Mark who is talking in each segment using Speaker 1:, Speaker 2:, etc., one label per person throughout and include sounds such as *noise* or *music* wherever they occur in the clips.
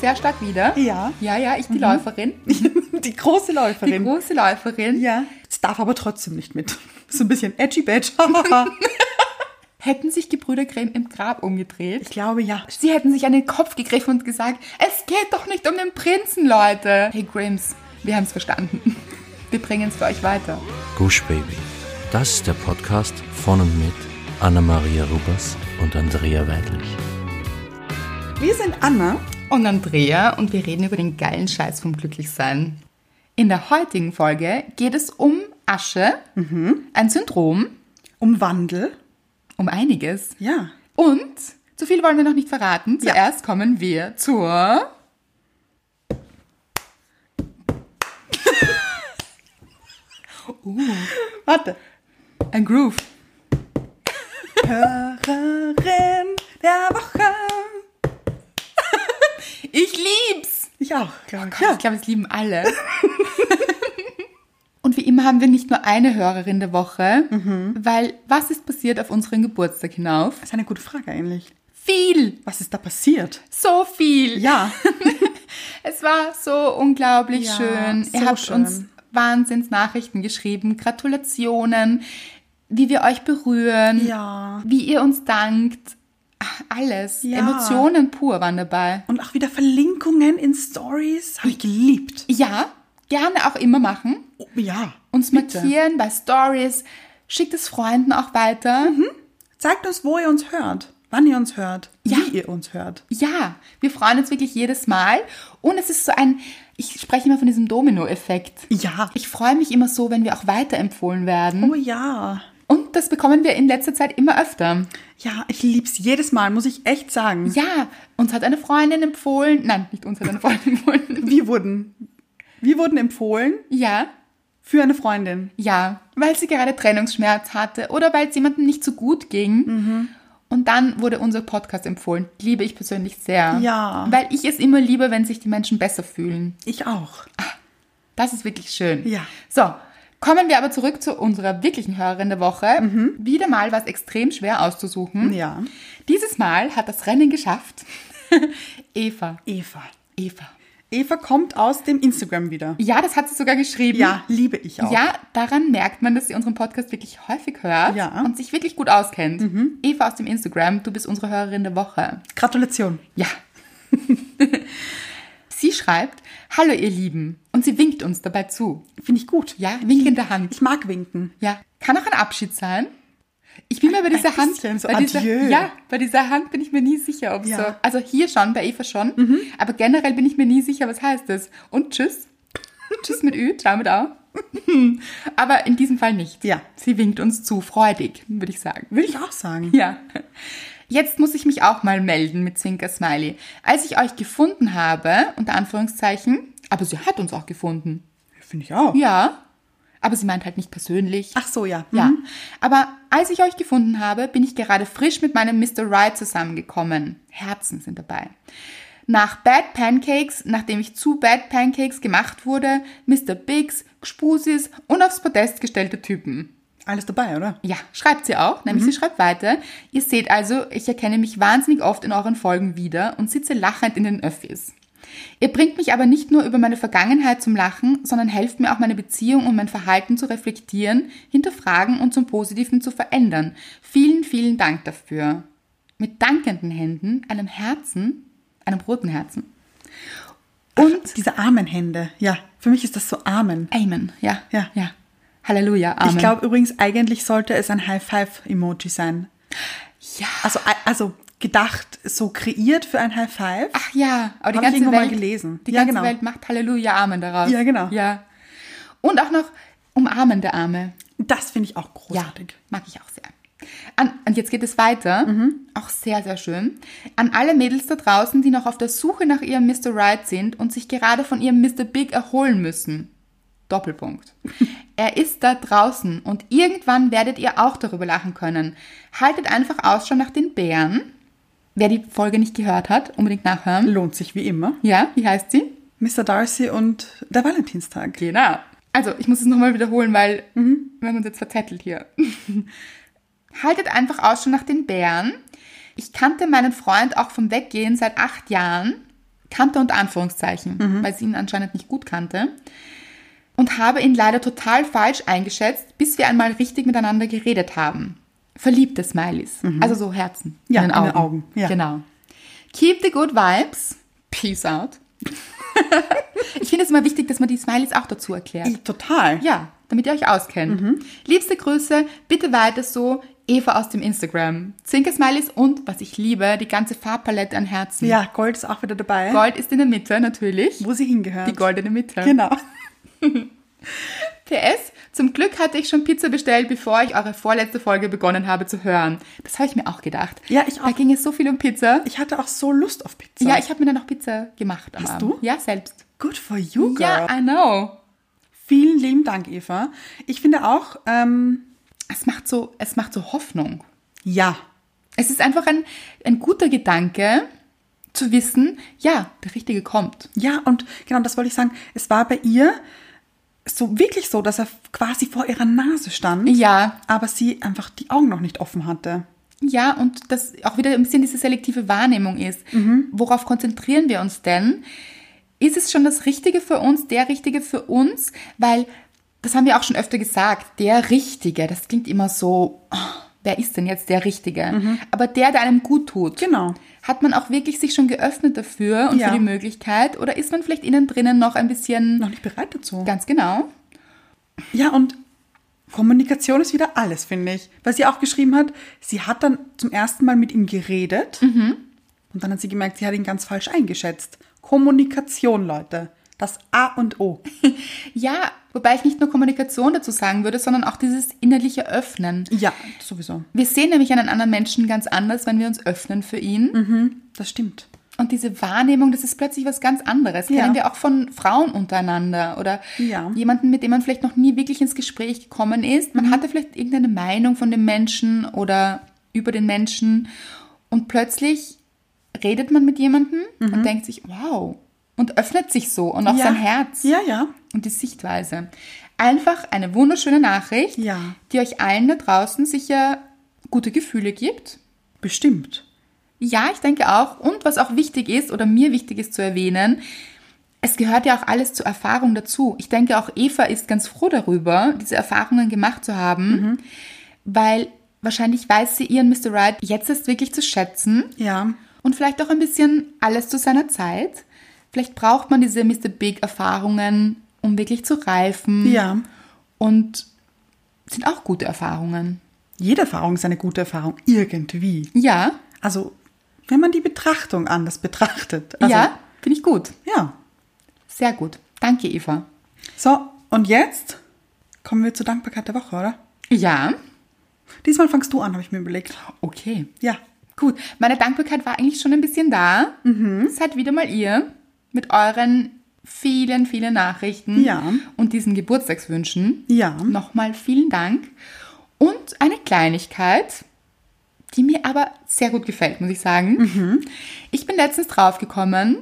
Speaker 1: sehr stark wieder.
Speaker 2: Ja.
Speaker 1: Ja, ja, *laughs* ich die Läuferin.
Speaker 2: Die große
Speaker 1: Die
Speaker 2: Läuferin.
Speaker 1: große Läuferin.
Speaker 2: ja. Es darf aber trotzdem nicht mit. So ein bisschen edgy badge.
Speaker 1: Hätten sich die Brüder Grimm im Grab umgedreht.
Speaker 2: *laughs* ich glaube ja.
Speaker 1: Sie hätten sich an den Kopf gegriffen und gesagt, es geht doch nicht um den Prinzen, Leute. Hey Grimms, wir haben es verstanden. *laughs* Wir bringen es für euch weiter.
Speaker 3: Gush Baby. Das ist der Podcast von und mit Anna-Maria Rubers und Andrea Weidlich.
Speaker 2: Wir sind Anna.
Speaker 1: Und Andrea und wir reden über den geilen Scheiß vom Glücklichsein. In der heutigen Folge geht es um Asche, ein Syndrom,
Speaker 2: Um Wandel.
Speaker 1: um einiges.
Speaker 2: Ja.
Speaker 1: Und zu viel wollen wir noch nicht verraten. Zuerst kommen wir zur.
Speaker 2: Warte.
Speaker 1: Ein Groove.
Speaker 2: Hörerin der Woche.
Speaker 1: Ich lieb's!
Speaker 2: Ich auch, glaube ich.
Speaker 1: Ich glaube, es lieben alle. *laughs* Und wie immer haben wir nicht nur eine Hörerin der Woche, weil was ist passiert auf unseren Geburtstag hinauf?
Speaker 2: Das ist eine gute Frage eigentlich.
Speaker 1: Viel!
Speaker 2: Was ist da passiert?
Speaker 1: So viel! *laughs*
Speaker 2: Ja.
Speaker 1: Es war so unglaublich
Speaker 2: Ja,
Speaker 1: schön.
Speaker 2: so
Speaker 1: Ihr habt
Speaker 2: schön.
Speaker 1: uns Wahnsinnsnachrichten geschrieben, Gratulationen, wie wir euch berühren,
Speaker 2: Ja.
Speaker 1: wie ihr uns dankt. Ach, Alles.
Speaker 2: Ja.
Speaker 1: Emotionen pur waren dabei.
Speaker 2: Und auch wieder Verlinkungen in Stories. Habe ich geliebt.
Speaker 1: Ja, gerne auch immer machen.
Speaker 2: Oh, ja.
Speaker 1: Uns markieren bei Stories. Schickt es Freunden auch weiter.
Speaker 2: Zeigt uns, wo ihr uns hört. Wann ihr uns hört.
Speaker 1: Ja.
Speaker 2: Wie ihr uns hört.
Speaker 1: Ja, wir freuen uns wirklich jedes Mal. Und es ist so ein, ich spreche immer von diesem Domino-Effekt.
Speaker 2: Ja.
Speaker 1: Ich freue mich immer so, wenn wir auch weiterempfohlen werden.
Speaker 2: Oh ja.
Speaker 1: Und das bekommen wir in letzter Zeit immer öfter.
Speaker 2: Ja, ich lieb's jedes Mal, muss ich echt sagen.
Speaker 1: Ja, uns hat eine Freundin empfohlen. Nein, nicht uns hat eine Freundin *laughs* empfohlen.
Speaker 2: Wir wurden, wir wurden empfohlen
Speaker 1: Ja,
Speaker 2: für eine Freundin.
Speaker 1: ja, weil sie gerade Trennungsschmerz hatte oder weil es jemandem nicht so gut ging.
Speaker 2: Mhm.
Speaker 1: Und dann wurde unser Podcast empfohlen. Liebe ich persönlich sehr.
Speaker 2: Ja.
Speaker 1: Weil ich es immer liebe, wenn sich die Menschen besser fühlen.
Speaker 2: Ich auch.
Speaker 1: Das ist wirklich schön.
Speaker 2: Ja.
Speaker 1: So, kommen wir aber zurück zu unserer wirklichen Hörerin der Woche. Wieder mal war es extrem schwer auszusuchen.
Speaker 2: Mhm. Ja.
Speaker 1: Dieses Mal hat das Rennen geschafft. *laughs* Eva.
Speaker 2: Eva.
Speaker 1: Eva.
Speaker 2: Eva kommt aus dem Instagram wieder.
Speaker 1: Ja, das hat sie sogar geschrieben.
Speaker 2: Ja, liebe ich auch.
Speaker 1: Ja, daran merkt man, dass sie unseren Podcast wirklich häufig hört
Speaker 2: Ja.
Speaker 1: und sich wirklich gut auskennt. Eva aus dem Instagram, du bist unsere Hörerin der Woche.
Speaker 2: Gratulation.
Speaker 1: Ja. *laughs* sie schreibt, hallo ihr Lieben. Und sie winkt uns dabei zu.
Speaker 2: Finde ich gut.
Speaker 1: Ja, winkende Hand.
Speaker 2: Ich mag winken.
Speaker 1: Ja, kann auch ein Abschied sein. Ich bin mir bei dieser Hand,
Speaker 2: bisschen so
Speaker 1: bei dieser,
Speaker 2: Adieu.
Speaker 1: ja, bei dieser Hand bin ich mir nie sicher, ob
Speaker 2: Ja. Mhm.
Speaker 1: so, also hier schon, bei Eva schon, aber generell bin ich mir nie sicher, was heißt das. Und
Speaker 2: *laughs*
Speaker 1: tschüss. tschüss mit Ü, damit auch. *laughs* aber in diesem Fall nicht.
Speaker 2: Ja.
Speaker 1: Sie winkt uns zu, freudig, würde ich sagen.
Speaker 2: Würde ich auch sagen.
Speaker 1: Ja. Jetzt muss ich mich auch mal melden mit Zwinker Smiley. Als ich euch gefunden habe, unter Anführungszeichen, aber sie hat uns auch gefunden.
Speaker 2: Finde ich auch.
Speaker 1: Ja. Aber sie meint halt nicht persönlich.
Speaker 2: Ach so, ja.
Speaker 1: Ja,
Speaker 2: Mhm.
Speaker 1: aber als ich euch gefunden habe, bin ich gerade frisch mit meinem Mr. Right zusammengekommen. Herzen sind dabei. Nach Bad Pancakes, nachdem ich zu Bad Pancakes gemacht wurde, Mr. Biggs, Gspusis und aufs Podest gestellte Typen.
Speaker 2: Alles dabei, oder?
Speaker 1: Ja, schreibt sie auch, nämlich
Speaker 2: Mhm.
Speaker 1: sie schreibt weiter. Ihr seht also, ich erkenne mich wahnsinnig oft in euren Folgen wieder und sitze lachend in den Öffis. Ihr bringt mich aber nicht nur über meine Vergangenheit zum Lachen, sondern helft mir auch meine Beziehung und mein Verhalten zu reflektieren, hinterfragen und zum Positiven zu verändern. Vielen, vielen Dank dafür. Mit dankenden Händen, einem Herzen, einem roten Herzen. Und
Speaker 2: Diese armen Hände. Ja, für mich ist das so Amen.
Speaker 1: Amen. Ja,
Speaker 2: Ja.
Speaker 1: ja. Halleluja, Amen.
Speaker 2: Ich glaube übrigens, eigentlich sollte es ein High-Five-Emoji sein.
Speaker 1: ja.
Speaker 2: Also, also gedacht, so kreiert für ein High-Five.
Speaker 1: Ach ja, aber die
Speaker 2: Hab ich
Speaker 1: ganze
Speaker 2: irgendwo
Speaker 1: Welt
Speaker 2: mal gelesen.
Speaker 1: Die
Speaker 2: Ja,
Speaker 1: ganze
Speaker 2: genau.
Speaker 1: Welt macht Halleluja Amen daraus.
Speaker 2: Ja, genau.
Speaker 1: Ja. Und auch noch umarmende Arme.
Speaker 2: Das finde ich auch großartig.
Speaker 1: Ja, mag ich auch sehr. An, und jetzt geht es weiter.
Speaker 2: Mhm.
Speaker 1: Auch sehr, sehr schön. An alle Mädels da draußen, die noch auf der Suche nach ihrem Mr. Right sind und sich gerade von ihrem Mr. Big erholen müssen.
Speaker 2: *laughs*
Speaker 1: Doppelpunkt. er ist da draußen und irgendwann werdet ihr auch darüber lachen können. Haltet einfach Ausschau nach den Bären. Wer die Folge nicht gehört hat, unbedingt nachhören.
Speaker 2: Lohnt sich wie immer.
Speaker 1: Ja, wie heißt sie?
Speaker 2: Mr. Darcy und der Valentinstag.
Speaker 1: Genau. Also, ich muss es nochmal wiederholen, weil
Speaker 2: Mhm.
Speaker 1: wir haben uns jetzt verzettelt hier. *laughs* Haltet einfach Ausschau nach den Bären. Ich kannte meinen Freund auch vom Weggehen seit acht Jahren. kannte unter Anführungszeichen,
Speaker 2: Mhm.
Speaker 1: weil sie ihn anscheinend nicht gut kannte. Und habe ihn leider total falsch eingeschätzt, bis wir einmal richtig miteinander geredet haben. Verliebte Smileys. Also so Herzen.
Speaker 2: Mhm. Ja, in den Augen, ja.
Speaker 1: Genau. Keep the good vibes. Peace out. ich finde es immer wichtig, dass man die Smileys auch dazu erklärt.
Speaker 2: I- Total.
Speaker 1: Ja, damit ihr euch auskennt.
Speaker 2: Mhm.
Speaker 1: Liebste Grüße, bitte weiter so. Eva aus dem Instagram. Zinker-Smileys und, was ich liebe, die ganze Farbpalette an Herzen.
Speaker 2: Ja, Gold ist auch wieder dabei.
Speaker 1: Gold ist in der Mitte, natürlich.
Speaker 2: Wo sie hingehört.
Speaker 1: Die goldene Mitte.
Speaker 2: Genau.
Speaker 1: PS, zum Glück hatte ich schon Pizza bestellt, bevor ich eure vorletzte Folge begonnen habe zu hören. Das habe ich mir auch gedacht.
Speaker 2: Ja, ich
Speaker 1: Da
Speaker 2: auch.
Speaker 1: ging es so viel um Pizza.
Speaker 2: Ich hatte auch so Lust auf Pizza.
Speaker 1: Ja, ich habe mir dann auch Pizza gemacht am
Speaker 2: Hast
Speaker 1: Abend.
Speaker 2: du? Oh
Speaker 1: Ja, selbst.
Speaker 2: Good for you, girl.
Speaker 1: Ja, I know.
Speaker 2: Vielen lieben Dank, Eva. Ich finde auch, ähm,
Speaker 1: Es macht so, es macht so Hoffnung.
Speaker 2: ja,
Speaker 1: Es ist einfach ein, ein guter Gedanke, zu wissen, ja, der Richtige kommt.
Speaker 2: Ja, und genau, das wollte ich sagen. Es war bei ihr so wirklich so, dass er quasi vor ihrer Nase stand.
Speaker 1: Ja.
Speaker 2: Aber sie einfach die Augen noch nicht offen hatte.
Speaker 1: Ja, und dass auch wieder ein bisschen diese selektive Wahrnehmung ist.
Speaker 2: Mhm.
Speaker 1: Worauf konzentrieren wir uns denn? Ist es schon das Richtige für uns, der Richtige für uns? Weil, das haben wir auch schon öfter gesagt, der Richtige, das klingt immer so, oh, wer ist denn jetzt der Richtige? Aber der, der einem gut tut.
Speaker 2: Mhm. Genau.
Speaker 1: Hat man auch wirklich sich schon geöffnet dafür und
Speaker 2: Ja.
Speaker 1: für die Möglichkeit? Oder ist man vielleicht innen drinnen noch ein bisschen,
Speaker 2: Noch nicht bereit dazu.
Speaker 1: ganz genau?
Speaker 2: Ja, und Kommunikation ist wieder alles, finde ich. Weil sie auch geschrieben hat, sie hat dann zum ersten Mal mit ihm geredet. Und dann hat sie gemerkt, sie hat ihn ganz falsch eingeschätzt. Kommunikation, Leute. Das A und O.
Speaker 1: Ja, wobei ich nicht nur Kommunikation dazu sagen würde, sondern auch dieses innerliche Öffnen.
Speaker 2: Ja, sowieso.
Speaker 1: Wir sehen nämlich einen anderen Menschen ganz anders, wenn wir uns öffnen für ihn.
Speaker 2: Mhm. Das stimmt.
Speaker 1: Und diese Wahrnehmung, das ist plötzlich was ganz anderes.
Speaker 2: Ja.
Speaker 1: Kennen wir auch von Frauen untereinander oder
Speaker 2: Ja. Mhm.
Speaker 1: jemanden, mit dem man vielleicht noch nie wirklich ins Gespräch gekommen ist. Man hatte vielleicht irgendeine Meinung von dem Menschen oder über den Menschen. Und plötzlich redet man mit jemandem und denkt sich, wow. Und öffnet sich so und auch
Speaker 2: Mhm. ja.
Speaker 1: sein Herz
Speaker 2: Ja, ja.
Speaker 1: und die Sichtweise. Einfach eine wunderschöne Nachricht,
Speaker 2: Ja.
Speaker 1: die euch allen da draußen sicher gute Gefühle gibt.
Speaker 2: Bestimmt.
Speaker 1: Ja, ich denke auch. Und was auch wichtig ist oder mir wichtig ist zu erwähnen, es gehört ja auch alles zur Erfahrung dazu. Ich denke, auch Eva ist ganz froh darüber, diese Erfahrungen gemacht zu haben,
Speaker 2: Mhm.
Speaker 1: weil wahrscheinlich weiß sie ihren Mr. Right jetzt erst wirklich zu schätzen
Speaker 2: Ja.
Speaker 1: und vielleicht auch ein bisschen alles zu seiner Zeit. Vielleicht braucht man diese Mr. Big-Erfahrungen, um wirklich zu reifen.
Speaker 2: Ja.
Speaker 1: Und sind auch gute Erfahrungen.
Speaker 2: Jede Erfahrung ist eine gute Erfahrung, irgendwie.
Speaker 1: Ja,
Speaker 2: Also, wenn man die Betrachtung anders betrachtet. Also,
Speaker 1: ja, finde ich gut.
Speaker 2: Ja.
Speaker 1: Sehr gut. Danke, Eva.
Speaker 2: So, und jetzt kommen wir zur Dankbarkeit der Woche, oder?
Speaker 1: Ja,
Speaker 2: Diesmal fangst du an, habe ich mir überlegt.
Speaker 1: okay.
Speaker 2: Ja.
Speaker 1: Gut, meine Dankbarkeit war eigentlich schon ein bisschen da.
Speaker 2: Mhm.
Speaker 1: Seid wieder mal ihr mit euren vielen, vielen Nachrichten
Speaker 2: Ja.
Speaker 1: und diesen Geburtstagswünschen.
Speaker 2: Ja.
Speaker 1: Nochmal vielen Dank. Und eine Kleinigkeit, die mir aber sehr gut gefällt, muss ich sagen.
Speaker 2: Mhm.
Speaker 1: Ich bin letztens draufgekommen.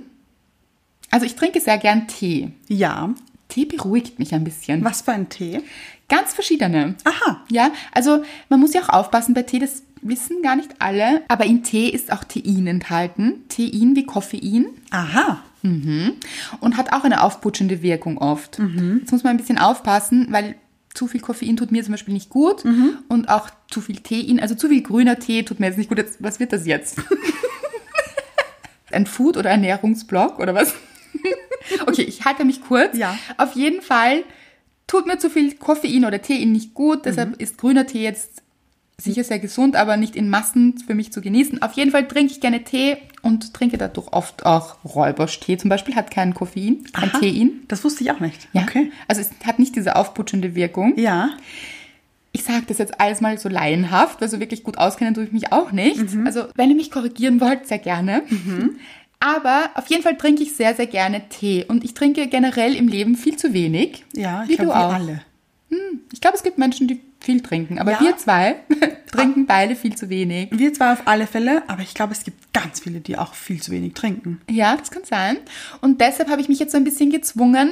Speaker 1: Also ich trinke sehr gern Tee.
Speaker 2: Ja.
Speaker 1: Tee beruhigt mich ein bisschen.
Speaker 2: Was für ein Tee?
Speaker 1: Ganz verschiedene.
Speaker 2: Aha.
Speaker 1: Ja, also man muss ja auch aufpassen bei Tee, das wissen gar nicht alle, aber in Tee ist auch Tein enthalten. Tein wie Koffein
Speaker 2: Aha.
Speaker 1: und hat auch eine aufputschende Wirkung oft. Jetzt muss man ein bisschen aufpassen, weil zu viel Koffein tut mir zum Beispiel nicht gut und auch zu viel Tein, also zu viel grüner Tee tut mir jetzt nicht gut. Jetzt, was wird das jetzt? Ein Food- oder Ernährungsblog oder was? *laughs* okay, ich halte mich kurz.
Speaker 2: Ja.
Speaker 1: Auf jeden Fall tut mir zu viel Koffein oder Tein nicht gut, deshalb ist grüner Tee jetzt sicher sehr gesund, aber nicht in Massen für mich zu genießen. Auf jeden Fall trinke ich gerne Tee und trinke dadurch oft auch Räuberschtee zum Beispiel, hat keinen Koffein, kein
Speaker 2: Aha.
Speaker 1: Tein.
Speaker 2: Das wusste ich auch nicht.
Speaker 1: Ja.
Speaker 2: Okay.
Speaker 1: Also es hat nicht diese aufputschende Wirkung.
Speaker 2: Ja.
Speaker 1: Ich sage das jetzt alles mal so laienhaft, weil so wirklich gut auskennen tue ich mich auch nicht.
Speaker 2: Mhm.
Speaker 1: Also wenn ihr mich korrigieren wollt, sehr gerne. Aber auf jeden Fall trinke ich sehr, sehr gerne Tee. Und ich trinke generell im Leben viel zu wenig.
Speaker 2: Ja,
Speaker 1: Wie
Speaker 2: ich glaube,
Speaker 1: du
Speaker 2: wir
Speaker 1: auch.
Speaker 2: alle.
Speaker 1: Ich glaube, es gibt Menschen, die viel trinken. Aber
Speaker 2: Ja.
Speaker 1: wir zwei *laughs* trinken beide viel zu wenig.
Speaker 2: Wir zwar auf alle Fälle, aber ich glaube, es gibt ganz viele, die auch viel zu wenig trinken.
Speaker 1: Ja, das kann sein. Und deshalb habe ich mich jetzt so ein bisschen gezwungen,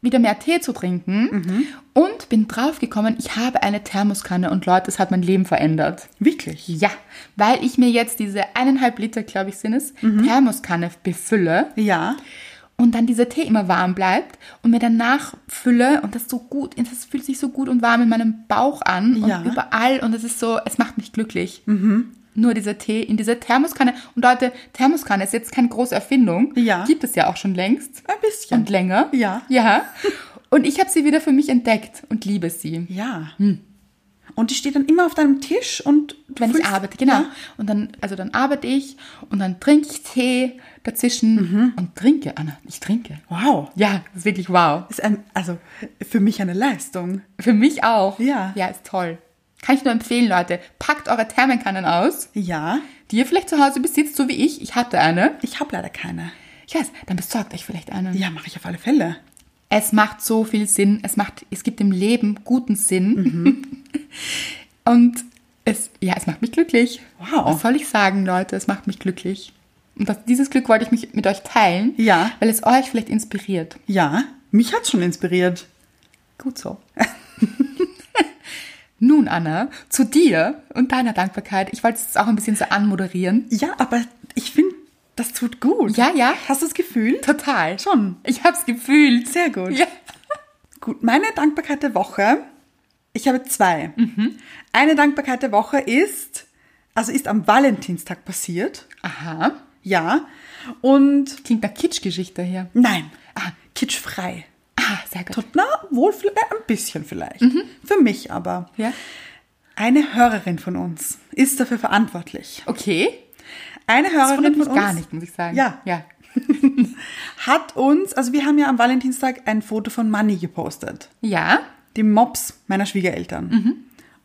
Speaker 1: wieder mehr Tee zu trinken und bin draufgekommen, ich habe eine Thermoskanne und Leute, das hat mein Leben verändert.
Speaker 2: Wirklich?
Speaker 1: Ja, weil ich mir jetzt diese eineinhalb Liter, glaube ich, sind es, Thermoskanne befülle
Speaker 2: Ja.
Speaker 1: und dann dieser Tee immer warm bleibt und mir danach fülle und das so gut, das fühlt sich so gut und warm in meinem Bauch an
Speaker 2: Ja. Mhm.
Speaker 1: und überall und es ist so, es macht mich glücklich. Nur dieser Tee in dieser Thermoskanne. Und Leute, Thermoskanne ist jetzt keine große Erfindung.
Speaker 2: Ja.
Speaker 1: Gibt es ja auch schon längst.
Speaker 2: Ein bisschen.
Speaker 1: Und länger.
Speaker 2: Ja.
Speaker 1: Ja. Und ich habe sie wieder für mich entdeckt und liebe sie.
Speaker 2: Ja. Und die steht dann immer auf deinem Tisch und du
Speaker 1: Hm. Wenn ich
Speaker 2: fühlst-
Speaker 1: arbeite, genau.
Speaker 2: Ja.
Speaker 1: Und dann, also dann arbeite ich und dann trinke ich Tee dazwischen
Speaker 2: Mhm.
Speaker 1: und trinke, Anna. Ich trinke.
Speaker 2: Wow.
Speaker 1: Ja, das ist wirklich wow.
Speaker 2: Ist ein, also für mich eine Leistung.
Speaker 1: Für mich auch.
Speaker 2: Ja.
Speaker 1: Ja, ist toll. Kann ich nur empfehlen, Leute. Packt eure Thermenkannen aus,
Speaker 2: Ja.
Speaker 1: die ihr vielleicht zu Hause besitzt, so wie ich. Ich hatte eine.
Speaker 2: Ich habe leider keine.
Speaker 1: Ich weiß, dann besorgt euch vielleicht eine.
Speaker 2: Ja, mache ich auf alle Fälle.
Speaker 1: Es macht so viel Sinn. Es macht, es gibt dem Leben guten Sinn.
Speaker 2: Mhm.
Speaker 1: *laughs* Und es, ja, es macht mich glücklich.
Speaker 2: Wow.
Speaker 1: Was soll ich sagen, Leute? Es macht mich glücklich. Und das, dieses Glück wollte ich mich mit euch teilen.
Speaker 2: Ja.
Speaker 1: Weil es euch vielleicht inspiriert.
Speaker 2: Ja, mich hat's schon inspiriert.
Speaker 1: Gut so. *laughs* Nun, Anna, zu dir und deiner Dankbarkeit. Ich wollte es jetzt auch ein bisschen so anmoderieren.
Speaker 2: Ja, aber ich finde, das tut gut.
Speaker 1: Ja, ja.
Speaker 2: Hast du das Gefühl?
Speaker 1: Total.
Speaker 2: Schon.
Speaker 1: Ich hab's gefühlt.
Speaker 2: Sehr gut.
Speaker 1: Ja.
Speaker 2: Gut, meine Dankbarkeit der Woche, ich habe zwei.
Speaker 1: Mhm.
Speaker 2: Eine Dankbarkeit der Woche ist, also ist am Valentinstag passiert.
Speaker 1: Aha.
Speaker 2: Ja. Und
Speaker 1: Klingt nach Kitschgeschichte hier.
Speaker 2: nein,
Speaker 1: Ah.
Speaker 2: kitschfrei.
Speaker 1: Ah, sehr gut.
Speaker 2: Na, wohl vielleicht, ein bisschen vielleicht. Für mich aber.
Speaker 1: Mhm. Ja.
Speaker 2: Eine Hörerin von uns ist dafür verantwortlich.
Speaker 1: Okay.
Speaker 2: Eine
Speaker 1: Das
Speaker 2: Hörerin
Speaker 1: wundert mich
Speaker 2: von uns
Speaker 1: gar nicht, muss ich sagen.
Speaker 2: Ja.
Speaker 1: Ja.
Speaker 2: hat uns, also wir haben ja am Valentinstag ein Foto von Manni gepostet.
Speaker 1: Ja.
Speaker 2: dem Mops meiner Schwiegereltern.
Speaker 1: Mhm.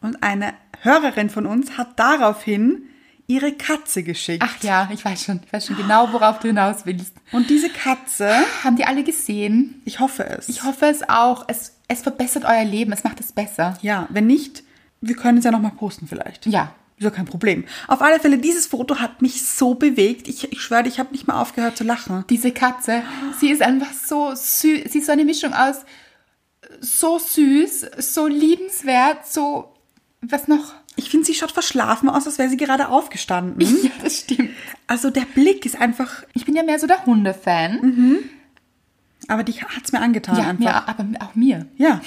Speaker 2: Und eine Hörerin von uns hat daraufhin ihre Katze geschickt.
Speaker 1: Ach ja, ich weiß schon. Ich weiß schon genau, worauf du hinaus willst.
Speaker 2: Und diese Katze,
Speaker 1: Haben die alle gesehen?
Speaker 2: ich hoffe es.
Speaker 1: Ich hoffe es auch. Es, es verbessert euer Leben. Es macht es besser.
Speaker 2: Ja, wenn nicht, wir können es ja nochmal posten vielleicht.
Speaker 1: Ja.
Speaker 2: Ist ja kein Problem. Auf alle Fälle, dieses Foto hat mich so bewegt. Ich, ich schwöre, ich habe nicht mal aufgehört zu lachen.
Speaker 1: Diese Katze, sie ist einfach so süß. Sie ist so eine Mischung aus so süß, so liebenswert, so. Was noch?
Speaker 2: Ich finde, sie schaut verschlafen aus, als wäre sie gerade aufgestanden.
Speaker 1: *laughs* Ja, das stimmt.
Speaker 2: Also der Blick ist einfach,
Speaker 1: Ich bin ja mehr so der Hunde-Fan.
Speaker 2: aber die hat es mir angetan
Speaker 1: Ja,
Speaker 2: Mhm. einfach.
Speaker 1: mir, aber auch mir.
Speaker 2: Ja.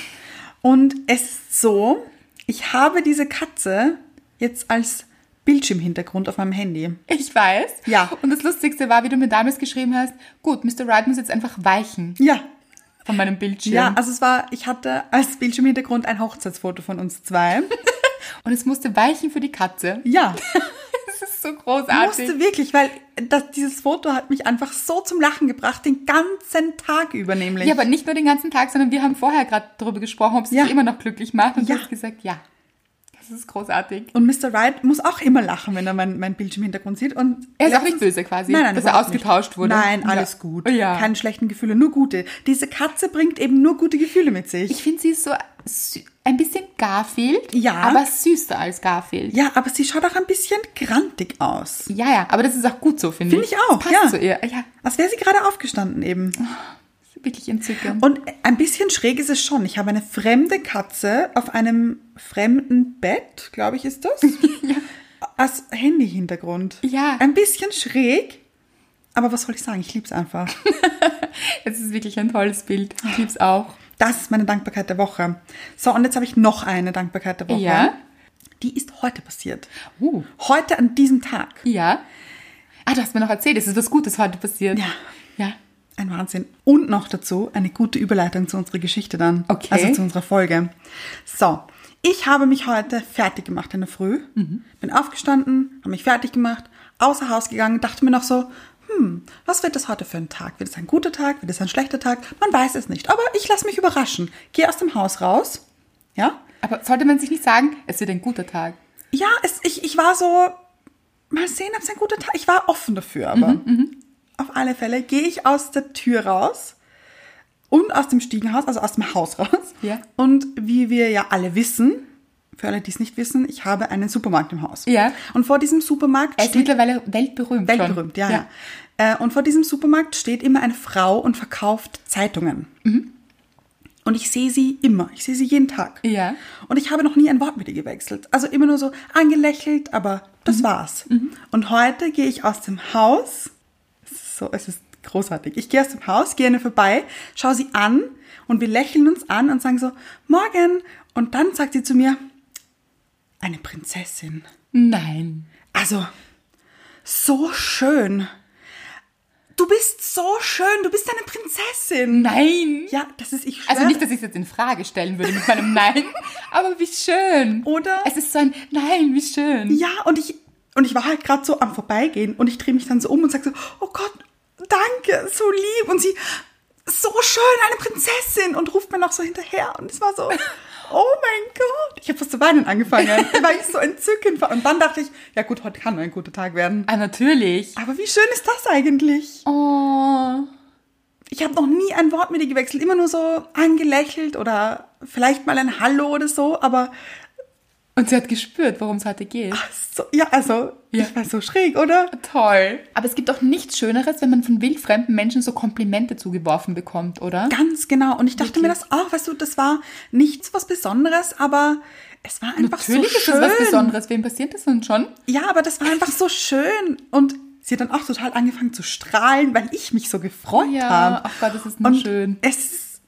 Speaker 2: Und es ist so, ich habe diese Katze jetzt als Bildschirmhintergrund auf meinem Handy.
Speaker 1: Ich weiß.
Speaker 2: Ja.
Speaker 1: Und das Lustigste war, wie du mir damals geschrieben hast: gut, Mr. Wright muss jetzt einfach weichen
Speaker 2: Ja.
Speaker 1: von meinem Bildschirm.
Speaker 2: Ja, also es war, ich hatte als Bildschirmhintergrund ein Hochzeitsfoto von uns zwei.
Speaker 1: Und es musste weichen für die Katze.
Speaker 2: Ja,
Speaker 1: *laughs* Das ist so
Speaker 2: ich
Speaker 1: großartig.
Speaker 2: musste wirklich, weil das, dieses Foto hat mich einfach so zum Lachen gebracht, den ganzen Tag über nämlich.
Speaker 1: ja, aber nicht nur den ganzen Tag, sondern wir haben vorher gerade darüber gesprochen, ob es
Speaker 2: Ja.
Speaker 1: dich immer noch glücklich macht. Und
Speaker 2: Ja.
Speaker 1: du hast gesagt, ja. Das ist großartig.
Speaker 2: und Mr. Wright muss auch immer lachen, wenn er meinen mein Bildschirmhintergrund sieht. Und
Speaker 1: Er ist auch nicht
Speaker 2: letztens-
Speaker 1: böse quasi,
Speaker 2: Nein, nein,
Speaker 1: dass er
Speaker 2: überhaupt
Speaker 1: ausgetauscht
Speaker 2: nicht.
Speaker 1: wurde.
Speaker 2: Nein,
Speaker 1: Ja.
Speaker 2: alles gut.
Speaker 1: Ja.
Speaker 2: Keine schlechten Gefühle, nur gute. Diese Katze bringt eben nur gute Gefühle mit sich.
Speaker 1: Ich finde, sie ist so sü- ein bisschen Garfield,
Speaker 2: Ja.
Speaker 1: aber süßer als Garfield.
Speaker 2: Ja, aber sie schaut auch ein bisschen grantig aus.
Speaker 1: Ja, ja, aber das ist auch gut so, finde
Speaker 2: Finde
Speaker 1: ich.
Speaker 2: ich auch,
Speaker 1: Das passt
Speaker 2: ja.
Speaker 1: zu ihr. Ja,
Speaker 2: Als wäre sie gerade aufgestanden eben.
Speaker 1: ist wirklich entzückend.
Speaker 2: Und ein bisschen schräg ist es schon. Ich habe eine fremde Katze auf einem fremden Bett, glaube ich,
Speaker 1: *laughs*
Speaker 2: ist das. Als Handy-Hintergrund.
Speaker 1: Ja.
Speaker 2: Ein bisschen schräg. Aber was soll ich sagen? Ich liebe es einfach.
Speaker 1: es ist wirklich ein tolles Bild. Ich lieb's auch.
Speaker 2: Das ist meine Dankbarkeit der Woche. So, und jetzt habe ich noch eine Dankbarkeit der Woche.
Speaker 1: Ja.
Speaker 2: Die ist heute passiert.
Speaker 1: Uh.
Speaker 2: Heute an diesem Tag.
Speaker 1: Ja. Ah, du hast mir noch erzählt, es ist was Gutes heute passiert.
Speaker 2: Ja.
Speaker 1: Ja.
Speaker 2: Ein Wahnsinn. Und noch dazu eine gute Überleitung zu unserer Geschichte dann.
Speaker 1: Okay.
Speaker 2: Also zu unserer Folge. So, ich habe mich heute fertig gemacht in der Früh. Bin aufgestanden, habe mich fertig gemacht, außer Haus gegangen, dachte mir noch so, hm, was wird das heute für ein Tag? Wird es ein guter Tag? Wird es ein schlechter Tag? Man weiß es nicht. Aber ich lasse mich überraschen. Gehe aus dem Haus raus. Ja?
Speaker 1: Aber sollte man sich nicht sagen, es wird ein guter Tag.
Speaker 2: Ja, es, ich, ich war so, mal sehen, ob es ein guter Tag Ich war offen dafür, aber
Speaker 1: Mhm,
Speaker 2: auf alle Fälle gehe ich aus der Tür raus und aus dem Stiegenhaus, also aus dem Haus raus.
Speaker 1: Ja.
Speaker 2: Und wie wir ja alle wissen, für alle, die es nicht wissen, ich habe einen Supermarkt im Haus.
Speaker 1: Ja.
Speaker 2: Und vor diesem Supermarkt
Speaker 1: Er ist mittlerweile weltberühmt. schon.
Speaker 2: Weltberühmt, ja.
Speaker 1: Mhm.
Speaker 2: ja. Äh, Und vor diesem Supermarkt steht immer eine Frau und verkauft Zeitungen. Und ich sehe sie immer. Ich sehe sie jeden Tag.
Speaker 1: Ja.
Speaker 2: Und ich habe noch nie ein Wort mit ihr gewechselt. Also immer nur so angelächelt, aber
Speaker 1: Mhm.
Speaker 2: das war's. Und heute gehe ich aus dem Haus. Es ist So, es ist großartig. Ich gehe aus dem Haus, gehe an ihr vorbei, schaue sie an und wir lächeln uns an und sagen so, morgen. Und dann sagt sie zu mir, eine Prinzessin.
Speaker 1: Nein.
Speaker 2: Also, so schön. Du bist so schön, du bist eine Prinzessin.
Speaker 1: Nein.
Speaker 2: Ja, das ist ich
Speaker 1: Also
Speaker 2: schwöre.
Speaker 1: nicht, dass ich es jetzt in Frage stellen würde mit meinem *laughs* Nein, aber wie schön.
Speaker 2: Oder?
Speaker 1: Es ist so ein Nein, wie schön.
Speaker 2: Ja, und ich, und ich war halt gerade so am Vorbeigehen und ich drehe mich dann so um und sage so, oh Gott, danke, so lieb. Und sie, so schön, eine Prinzessin und ruft mir noch so hinterher. Und es war
Speaker 1: *laughs*
Speaker 2: so, oh mein Gott. Ich habe fast zu weinen angefangen, weil ich so entzückend war. Und dann dachte ich, ja gut, heute kann nur ein guter Tag werden.
Speaker 1: Ah, natürlich.
Speaker 2: Aber wie schön ist das eigentlich?
Speaker 1: Oh.
Speaker 2: Ich habe noch nie ein Wort mit ihr gewechselt, immer nur so angelächelt oder vielleicht mal ein Hallo oder so, aber
Speaker 1: Und sie hat gespürt, worum es heute geht.
Speaker 2: so, ja, also,
Speaker 1: Ja.
Speaker 2: ich war so schräg, oder?
Speaker 1: toll. Aber es gibt auch nichts Schöneres, wenn man von wildfremden Menschen so Komplimente zugeworfen bekommt, oder?
Speaker 2: Ganz genau. Und ich dachte mir das auch, weißt du, das war nichts was Besonderes, aber es war einfach
Speaker 1: Natürlich
Speaker 2: so
Speaker 1: ist
Speaker 2: schön.
Speaker 1: das was Besonderes. Wem passiert das denn schon?
Speaker 2: Ja, aber das war einfach so schön. Und sie hat dann auch total angefangen zu strahlen, weil ich mich so gefreut
Speaker 1: Ja,
Speaker 2: habe.
Speaker 1: Ah, ach Gott, das ist nur
Speaker 2: Und
Speaker 1: schön.
Speaker 2: Es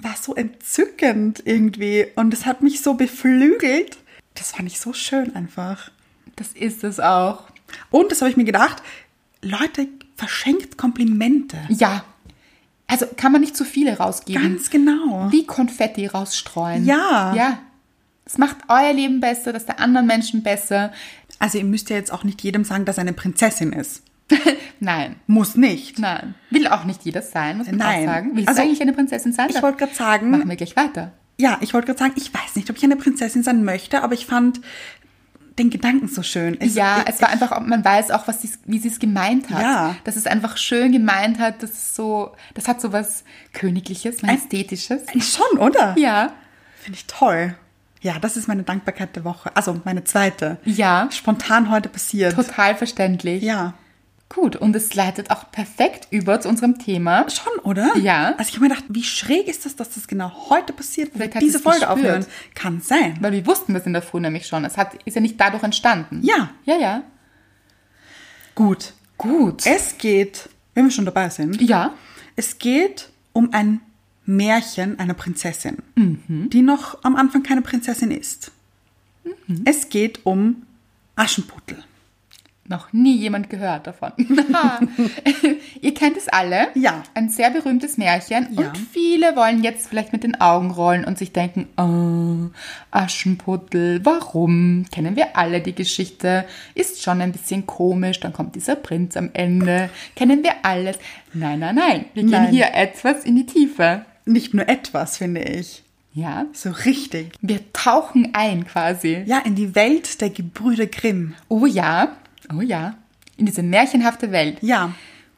Speaker 2: war so entzückend irgendwie. Und es hat mich so beflügelt. Das fand ich so schön einfach.
Speaker 1: Das ist es auch.
Speaker 2: Und das habe ich mir gedacht, Leute, verschenkt Komplimente.
Speaker 1: Ja. Also kann man nicht zu viele rausgeben.
Speaker 2: Ganz genau.
Speaker 1: Wie Konfetti rausstreuen.
Speaker 2: Ja.
Speaker 1: Ja. Das macht euer Leben besser, das der anderen Menschen besser.
Speaker 2: Also ihr müsst ja jetzt auch nicht jedem sagen, dass er eine Prinzessin ist.
Speaker 1: Nein.
Speaker 2: Muss nicht.
Speaker 1: Nein. Will auch nicht jeder sein, muss man
Speaker 2: Nein.
Speaker 1: auch sagen. Willst
Speaker 2: Also,
Speaker 1: du eigentlich eine Prinzessin sein?
Speaker 2: Ich wollte gerade
Speaker 1: Machen
Speaker 2: sagen,
Speaker 1: wir gleich weiter.
Speaker 2: ja, ich wollte gerade sagen, ich weiß nicht, ob ich eine Prinzessin sein möchte, aber ich fand den Gedanken so schön. Es-
Speaker 1: Ja,
Speaker 2: also ich,
Speaker 1: es war einfach, auch- man weiß auch, was sie's, wie sie es gemeint hat.
Speaker 2: Ja.
Speaker 1: Dass es einfach schön gemeint hat, das ist so, das hat so was Königliches, Majestätisches.
Speaker 2: äh, schon, oder?
Speaker 1: Ja.
Speaker 2: Finde ich toll. Ja, das ist meine Dankbarkeit der Woche. Also meine zweite.
Speaker 1: Ja.
Speaker 2: Spontan heute passiert.
Speaker 1: Total verständlich.
Speaker 2: Ja.
Speaker 1: Gut, und es leitet auch perfekt über zu unserem Thema.
Speaker 2: Schon, oder?
Speaker 1: Ja.
Speaker 2: Also ich habe mir gedacht, wie schräg ist das, dass das genau heute passiert, wo wir
Speaker 1: Vielleicht hat
Speaker 2: diese
Speaker 1: sie's
Speaker 2: Folge
Speaker 1: gespürt.
Speaker 2: aufhören? Kann sein.
Speaker 1: Weil wir wussten das in der Früh nämlich schon. Es hat, ist ja nicht dadurch entstanden.
Speaker 2: Ja.
Speaker 1: Ja, ja.
Speaker 2: Gut.
Speaker 1: Gut.
Speaker 2: Es geht, wenn wir schon dabei sind,
Speaker 1: ja.
Speaker 2: Es geht um ein Märchen einer Prinzessin, die noch am Anfang keine Prinzessin ist. Es geht um Aschenputtel.
Speaker 1: Noch nie jemand gehört
Speaker 2: *laughs*
Speaker 1: davon. Ihr kennt es alle.
Speaker 2: Ja.
Speaker 1: Ein sehr berühmtes Märchen.
Speaker 2: Ja.
Speaker 1: Und viele wollen jetzt vielleicht mit den Augen rollen und sich denken, oh, Aschenputtel, warum? Kennen wir alle die Geschichte? Ist schon ein bisschen komisch, dann kommt dieser Prinz am Ende. Kennen wir alles? Nein, nein, nein. Wir gehen
Speaker 2: Nein.
Speaker 1: hier etwas in die Tiefe.
Speaker 2: Nicht nur etwas, finde ich.
Speaker 1: Ja.
Speaker 2: So richtig.
Speaker 1: Wir tauchen ein quasi.
Speaker 2: Ja, in die Welt der Gebrüder Grimm.
Speaker 1: Oh ja. Oh ja. In diese märchenhafte Welt.
Speaker 2: Ja,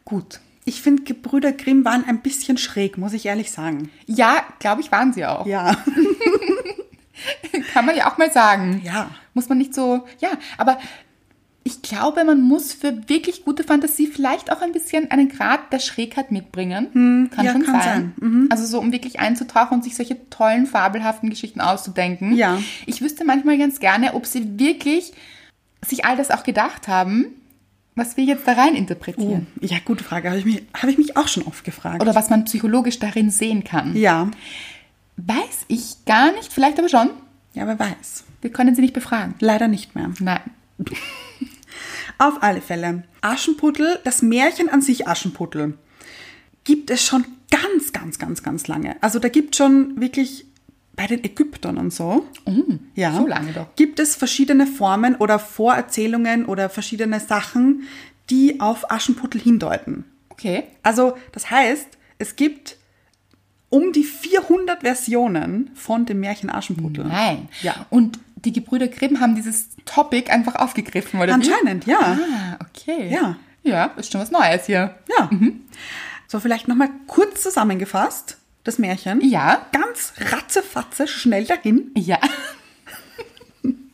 Speaker 1: Gut.
Speaker 2: ich finde, Gebrüder Grimm waren ein bisschen schräg, muss ich ehrlich sagen.
Speaker 1: Ja, glaube ich, waren sie auch.
Speaker 2: Ja.
Speaker 1: Kann man ja auch mal sagen.
Speaker 2: Ja.
Speaker 1: Muss man nicht so, ja, aber ich glaube, man muss für wirklich gute Fantasie vielleicht auch ein bisschen einen Grad der Schrägheit mitbringen. kann
Speaker 2: Hm, ja,
Speaker 1: schon
Speaker 2: kann
Speaker 1: sein.
Speaker 2: sein. Mhm.
Speaker 1: Also so, um wirklich einzutauchen und sich solche tollen, fabelhaften Geschichten auszudenken.
Speaker 2: Ja.
Speaker 1: Ich wüsste manchmal ganz gerne, ob sie wirklich sich all das auch gedacht haben, was wir jetzt da rein
Speaker 2: Oh,
Speaker 1: interpretieren.
Speaker 2: ja, gute Frage. Habe ich, mich- habe ich mich auch schon oft gefragt.
Speaker 1: Oder was man psychologisch darin sehen kann.
Speaker 2: ja.
Speaker 1: Weiß ich gar nicht, vielleicht aber schon.
Speaker 2: Ja, wer weiß.
Speaker 1: Wir können sie nicht befragen.
Speaker 2: Leider nicht mehr.
Speaker 1: Nein.
Speaker 2: Auf alle Fälle. Aschenputtel, das Märchen an sich Aschenputtel, gibt es schon ganz, ganz, ganz, ganz lange. Also da gibt schon wirklich bei den Ägyptern und so. ja,
Speaker 1: Mm, so lange doch.
Speaker 2: Gibt es verschiedene Formen oder Vorerzählungen oder verschiedene Sachen, die auf Aschenputtel hindeuten.
Speaker 1: Okay.
Speaker 2: Also das heißt, es gibt um die 400 Versionen von dem Märchen Aschenputtel.
Speaker 1: Nein.
Speaker 2: Ja.
Speaker 1: Und die Gebrüder Grimm haben dieses Topic einfach aufgegriffen, oder? wie?
Speaker 2: Anscheinend, ja.
Speaker 1: Ah, okay.
Speaker 2: Ja.
Speaker 1: Ja, ist schon was Neues hier.
Speaker 2: Ja. Mhm. So, vielleicht nochmal kurz zusammengefasst, das Märchen.
Speaker 1: Ja.
Speaker 2: Ganz ratzefatze, schnell dahin.
Speaker 1: Ja. *laughs*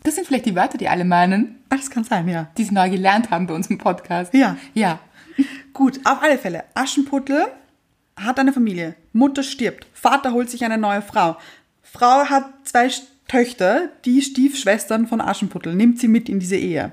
Speaker 1: Das sind vielleicht die Wörter, die alle meinen,
Speaker 2: Ah, das kann sein, ja.
Speaker 1: die sie neu gelernt haben bei uns im Podcast.
Speaker 2: Ja.
Speaker 1: Ja.
Speaker 2: Gut, auf alle Fälle. Aschenputtel hat eine Familie, Mutter stirbt, Vater holt sich eine neue Frau, Frau hat zwei Sch- Töchter, die Stiefschwestern von Aschenputtel, nimmt sie mit in diese Ehe.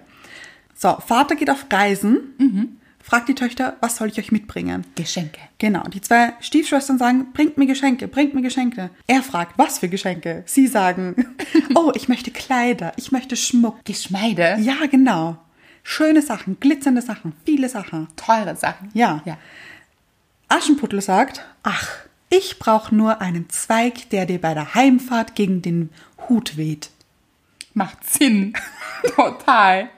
Speaker 2: So, Vater geht auf Reisen, fragt die Töchter, was soll ich euch mitbringen?
Speaker 1: Geschenke.
Speaker 2: Genau, die zwei Stiefschwestern sagen, bringt mir Geschenke, bringt mir Geschenke. Er fragt, was für Geschenke? Sie sagen, *laughs* oh, ich möchte Kleider, ich möchte Schmuck.
Speaker 1: Geschmeide.
Speaker 2: Ja, genau. Schöne Sachen, glitzernde Sachen, viele Sachen.
Speaker 1: Teure Sachen.
Speaker 2: Ja.
Speaker 1: ja.
Speaker 2: Aschenputtel sagt, ach, ich brauche nur einen Zweig, der dir bei der Heimfahrt gegen den Hut weht.
Speaker 1: Macht Sinn. *laughs* Total.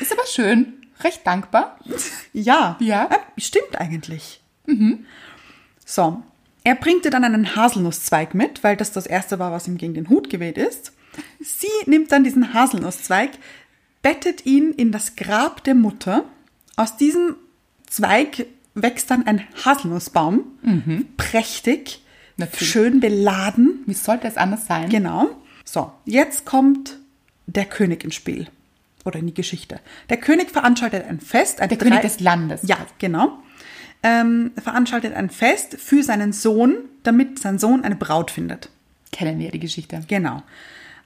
Speaker 1: Ist aber schön. Recht dankbar.
Speaker 2: Ja,
Speaker 1: Ja.
Speaker 2: äh, stimmt eigentlich. Mhm. So, er bringt ihr dann einen Haselnusszweig mit, weil das das erste war, was ihm gegen den Hut geweht ist. Sie nimmt dann diesen Haselnusszweig, bettet ihn in das Grab der Mutter. Aus diesem Zweig wächst dann ein Haselnussbaum, prächtig,
Speaker 1: Mhm. Natürlich.
Speaker 2: schön beladen.
Speaker 1: Wie sollte es anders sein?
Speaker 2: Genau. So, jetzt kommt der König ins Spiel. Oder in die Geschichte. Der König veranstaltet ein Fest. Ein
Speaker 1: Der König des Landes.
Speaker 2: Ja, genau. Ähm, veranstaltet ein Fest für seinen Sohn, damit sein Sohn eine Braut findet.
Speaker 1: Kennen wir die Geschichte.
Speaker 2: Genau.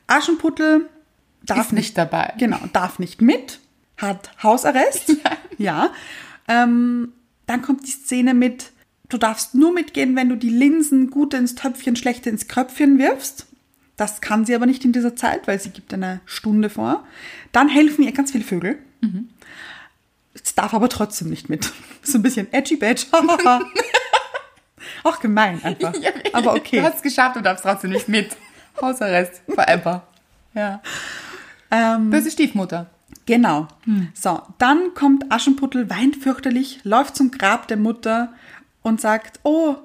Speaker 2: Aschenputtel darf
Speaker 1: Ist nicht dabei.
Speaker 2: Genau, darf nicht mit, hat
Speaker 1: *laughs*
Speaker 2: Hausarrest. Ja. Ähm, dann kommt die Szene mit, du darfst nur mitgehen, wenn du die Linsen gute ins Töpfchen, schlechte ins Kröpfchen wirfst. Das kann sie aber nicht in dieser Zeit, weil sie gibt eine Stunde vor. Dann helfen ihr ganz viele Vögel.
Speaker 1: Mhm.
Speaker 2: Es darf aber trotzdem nicht mit. *laughs* So ein bisschen edgy *laughs* badge. Auch gemein einfach.
Speaker 1: *laughs*
Speaker 2: Aber okay.
Speaker 1: Du hast es geschafft und darfst trotzdem nicht
Speaker 2: *laughs*
Speaker 1: mit. Hausarrest. Forever. Ja.
Speaker 2: Ähm,
Speaker 1: Böse Stiefmutter.
Speaker 2: Genau.
Speaker 1: Hm.
Speaker 2: So, dann kommt Aschenputtel, weint fürchterlich, läuft zum Grab der Mutter und sagt, oh,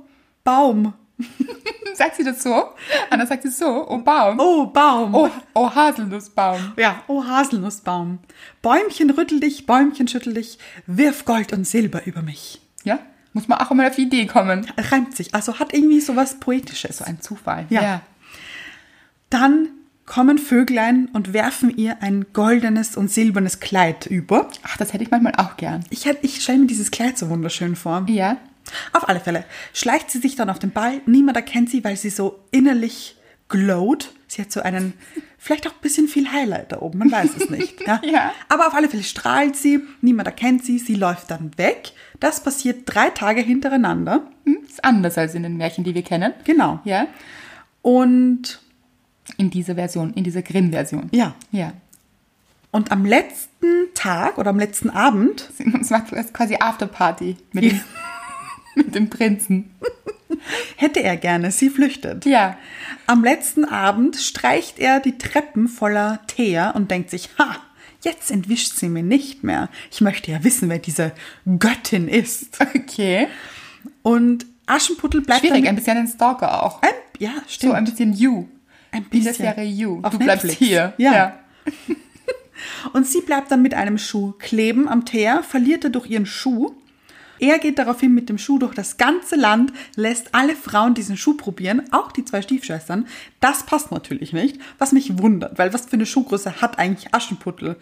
Speaker 2: Baum,
Speaker 1: Hm, Sagt sie das so? Anna sagt sie so. Oh Baum.
Speaker 2: oh, Baum.
Speaker 1: Oh, oh Haselnussbaum.
Speaker 2: Ja, oh Haselnussbaum. Bäumchen rüttel dich, Bäumchen schüttel dich, wirf Gold und Silber über mich.
Speaker 1: Ja? Muss man auch mal auf die Idee kommen.
Speaker 2: Reimt sich, also hat irgendwie sowas Poetisches.
Speaker 1: So ein Zufall.
Speaker 2: Ja. Dann kommen Vöglein und werfen ihr ein goldenes und silbernes Kleid über.
Speaker 1: Ach, das hätte ich manchmal auch gern.
Speaker 2: Ich, hätt- ich stelle mir dieses Kleid so wunderschön vor.
Speaker 1: Ja.
Speaker 2: Auf alle Fälle schleicht sie sich dann auf den Ball. Niemand erkennt sie, weil sie so innerlich glowt. Sie hat
Speaker 1: *laughs*
Speaker 2: so einen, vielleicht auch ein bisschen viel Highlight da oben, man weiß es nicht. Ja?
Speaker 1: *laughs* Ja.
Speaker 2: Aber auf alle Fälle strahlt sie, niemand erkennt sie, sie läuft dann weg. Das passiert drei Tage hintereinander.
Speaker 1: Hm, Ist anders als in den Märchen, die wir kennen.
Speaker 2: Genau.
Speaker 1: Ja.
Speaker 2: Und
Speaker 1: In dieser Version, in dieser Grimm-Version.
Speaker 2: ja,
Speaker 1: Ja. *laughs*
Speaker 2: und am letzten Tag oder am letzten Abend,
Speaker 1: Es macht es quasi Afterparty mit, dem- *laughs* mit dem Prinzen.
Speaker 2: hätte er gerne sie flüchtet.
Speaker 1: Ja.
Speaker 2: Am letzten Abend streicht er die Treppen voller Teer und denkt sich, ha, jetzt entwischt sie mir nicht mehr. Ich möchte ja wissen, wer diese Göttin ist.
Speaker 1: Okay.
Speaker 2: Und Aschenputtel bleibt
Speaker 1: Schwierig, ein
Speaker 2: Äh, dann...
Speaker 1: bisschen ein Stalker auch.
Speaker 2: Ein, ja, stimmt.
Speaker 1: So ein bisschen You.
Speaker 2: Ein
Speaker 1: Wie in der
Speaker 2: bisschen.
Speaker 1: Serie You.
Speaker 2: Auf
Speaker 1: du
Speaker 2: Netflix.
Speaker 1: bleibst hier.
Speaker 2: Ja. Und sie bleibt dann mit einem Schuh kleben am Teer, verliert er durch ihren Schuh. Er geht daraufhin mit dem Schuh durch das ganze Land, lässt alle Frauen diesen Schuh probieren, auch die zwei Stiefschwestern. Das passt natürlich nicht, was mich wundert, weil was für eine Schuhgröße hat eigentlich Aschenputtel?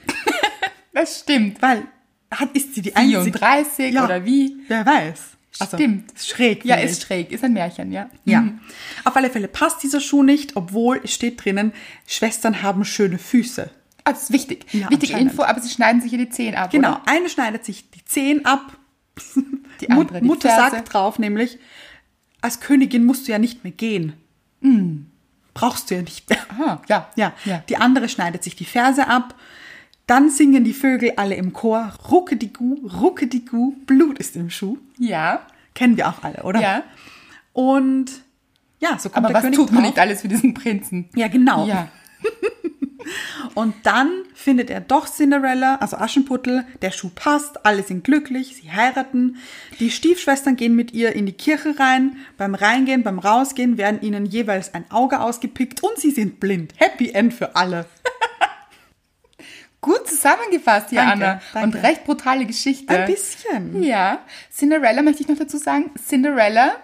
Speaker 1: Das stimmt.
Speaker 2: Weil hat, ist sie die einzige.
Speaker 1: 34
Speaker 2: Ja.
Speaker 1: oder wie?
Speaker 2: Wer weiß. Also,
Speaker 1: Stimmt.
Speaker 2: Ist schräg.
Speaker 1: Ja,
Speaker 2: finde
Speaker 1: ist
Speaker 2: ich.
Speaker 1: schräg. Mhm. Ist ein Märchen, ja.
Speaker 2: Ja. Auf alle Fälle passt dieser Schuh nicht, obwohl es steht drinnen, Schwestern haben schöne Füße.
Speaker 1: Ah, das ist wichtig.
Speaker 2: Ja,
Speaker 1: Wichtige
Speaker 2: anscheinend.
Speaker 1: Info, aber sie schneiden sich hier die Zehen ab.
Speaker 2: Genau.
Speaker 1: Oder?
Speaker 2: Eine schneidet sich die Zehen ab.
Speaker 1: *laughs* Die andere, die
Speaker 2: Mutter
Speaker 1: Ferse.
Speaker 2: sagt drauf, nämlich, als Königin musst du ja nicht mehr gehen. Brauchst du ja nicht *laughs* mehr.
Speaker 1: Aha, ja.
Speaker 2: Ja.
Speaker 1: Mhm. ja.
Speaker 2: die andere schneidet sich die Ferse ab. Dann singen die Vögel alle im Chor. Rucke die Gu, rucke die Gu, Blut ist im Schuh.
Speaker 1: Ja.
Speaker 2: Kennen wir auch alle, oder?
Speaker 1: Ja.
Speaker 2: Und ja, so kommt
Speaker 1: Aber
Speaker 2: Genau. der
Speaker 1: was
Speaker 2: König
Speaker 1: tut man
Speaker 2: drauf.
Speaker 1: nicht alles für diesen Prinzen?
Speaker 2: Ja, genau.
Speaker 1: Ja.
Speaker 2: Und dann findet er doch Cinderella, also Aschenputtel, der Schuh passt, alle sind glücklich, sie heiraten. Die Stiefschwestern gehen mit ihr in die Kirche rein. Beim Reingehen, beim Rausgehen werden ihnen jeweils ein Auge ausgepickt und sie sind blind. Happy End für alle.
Speaker 1: Gut zusammengefasst hier,
Speaker 2: Danke,
Speaker 1: Anna.
Speaker 2: danke.
Speaker 1: Und recht brutale Geschichte.
Speaker 2: Ein bisschen.
Speaker 1: Ja. Cinderella möchte ich noch dazu sagen. Cinderella.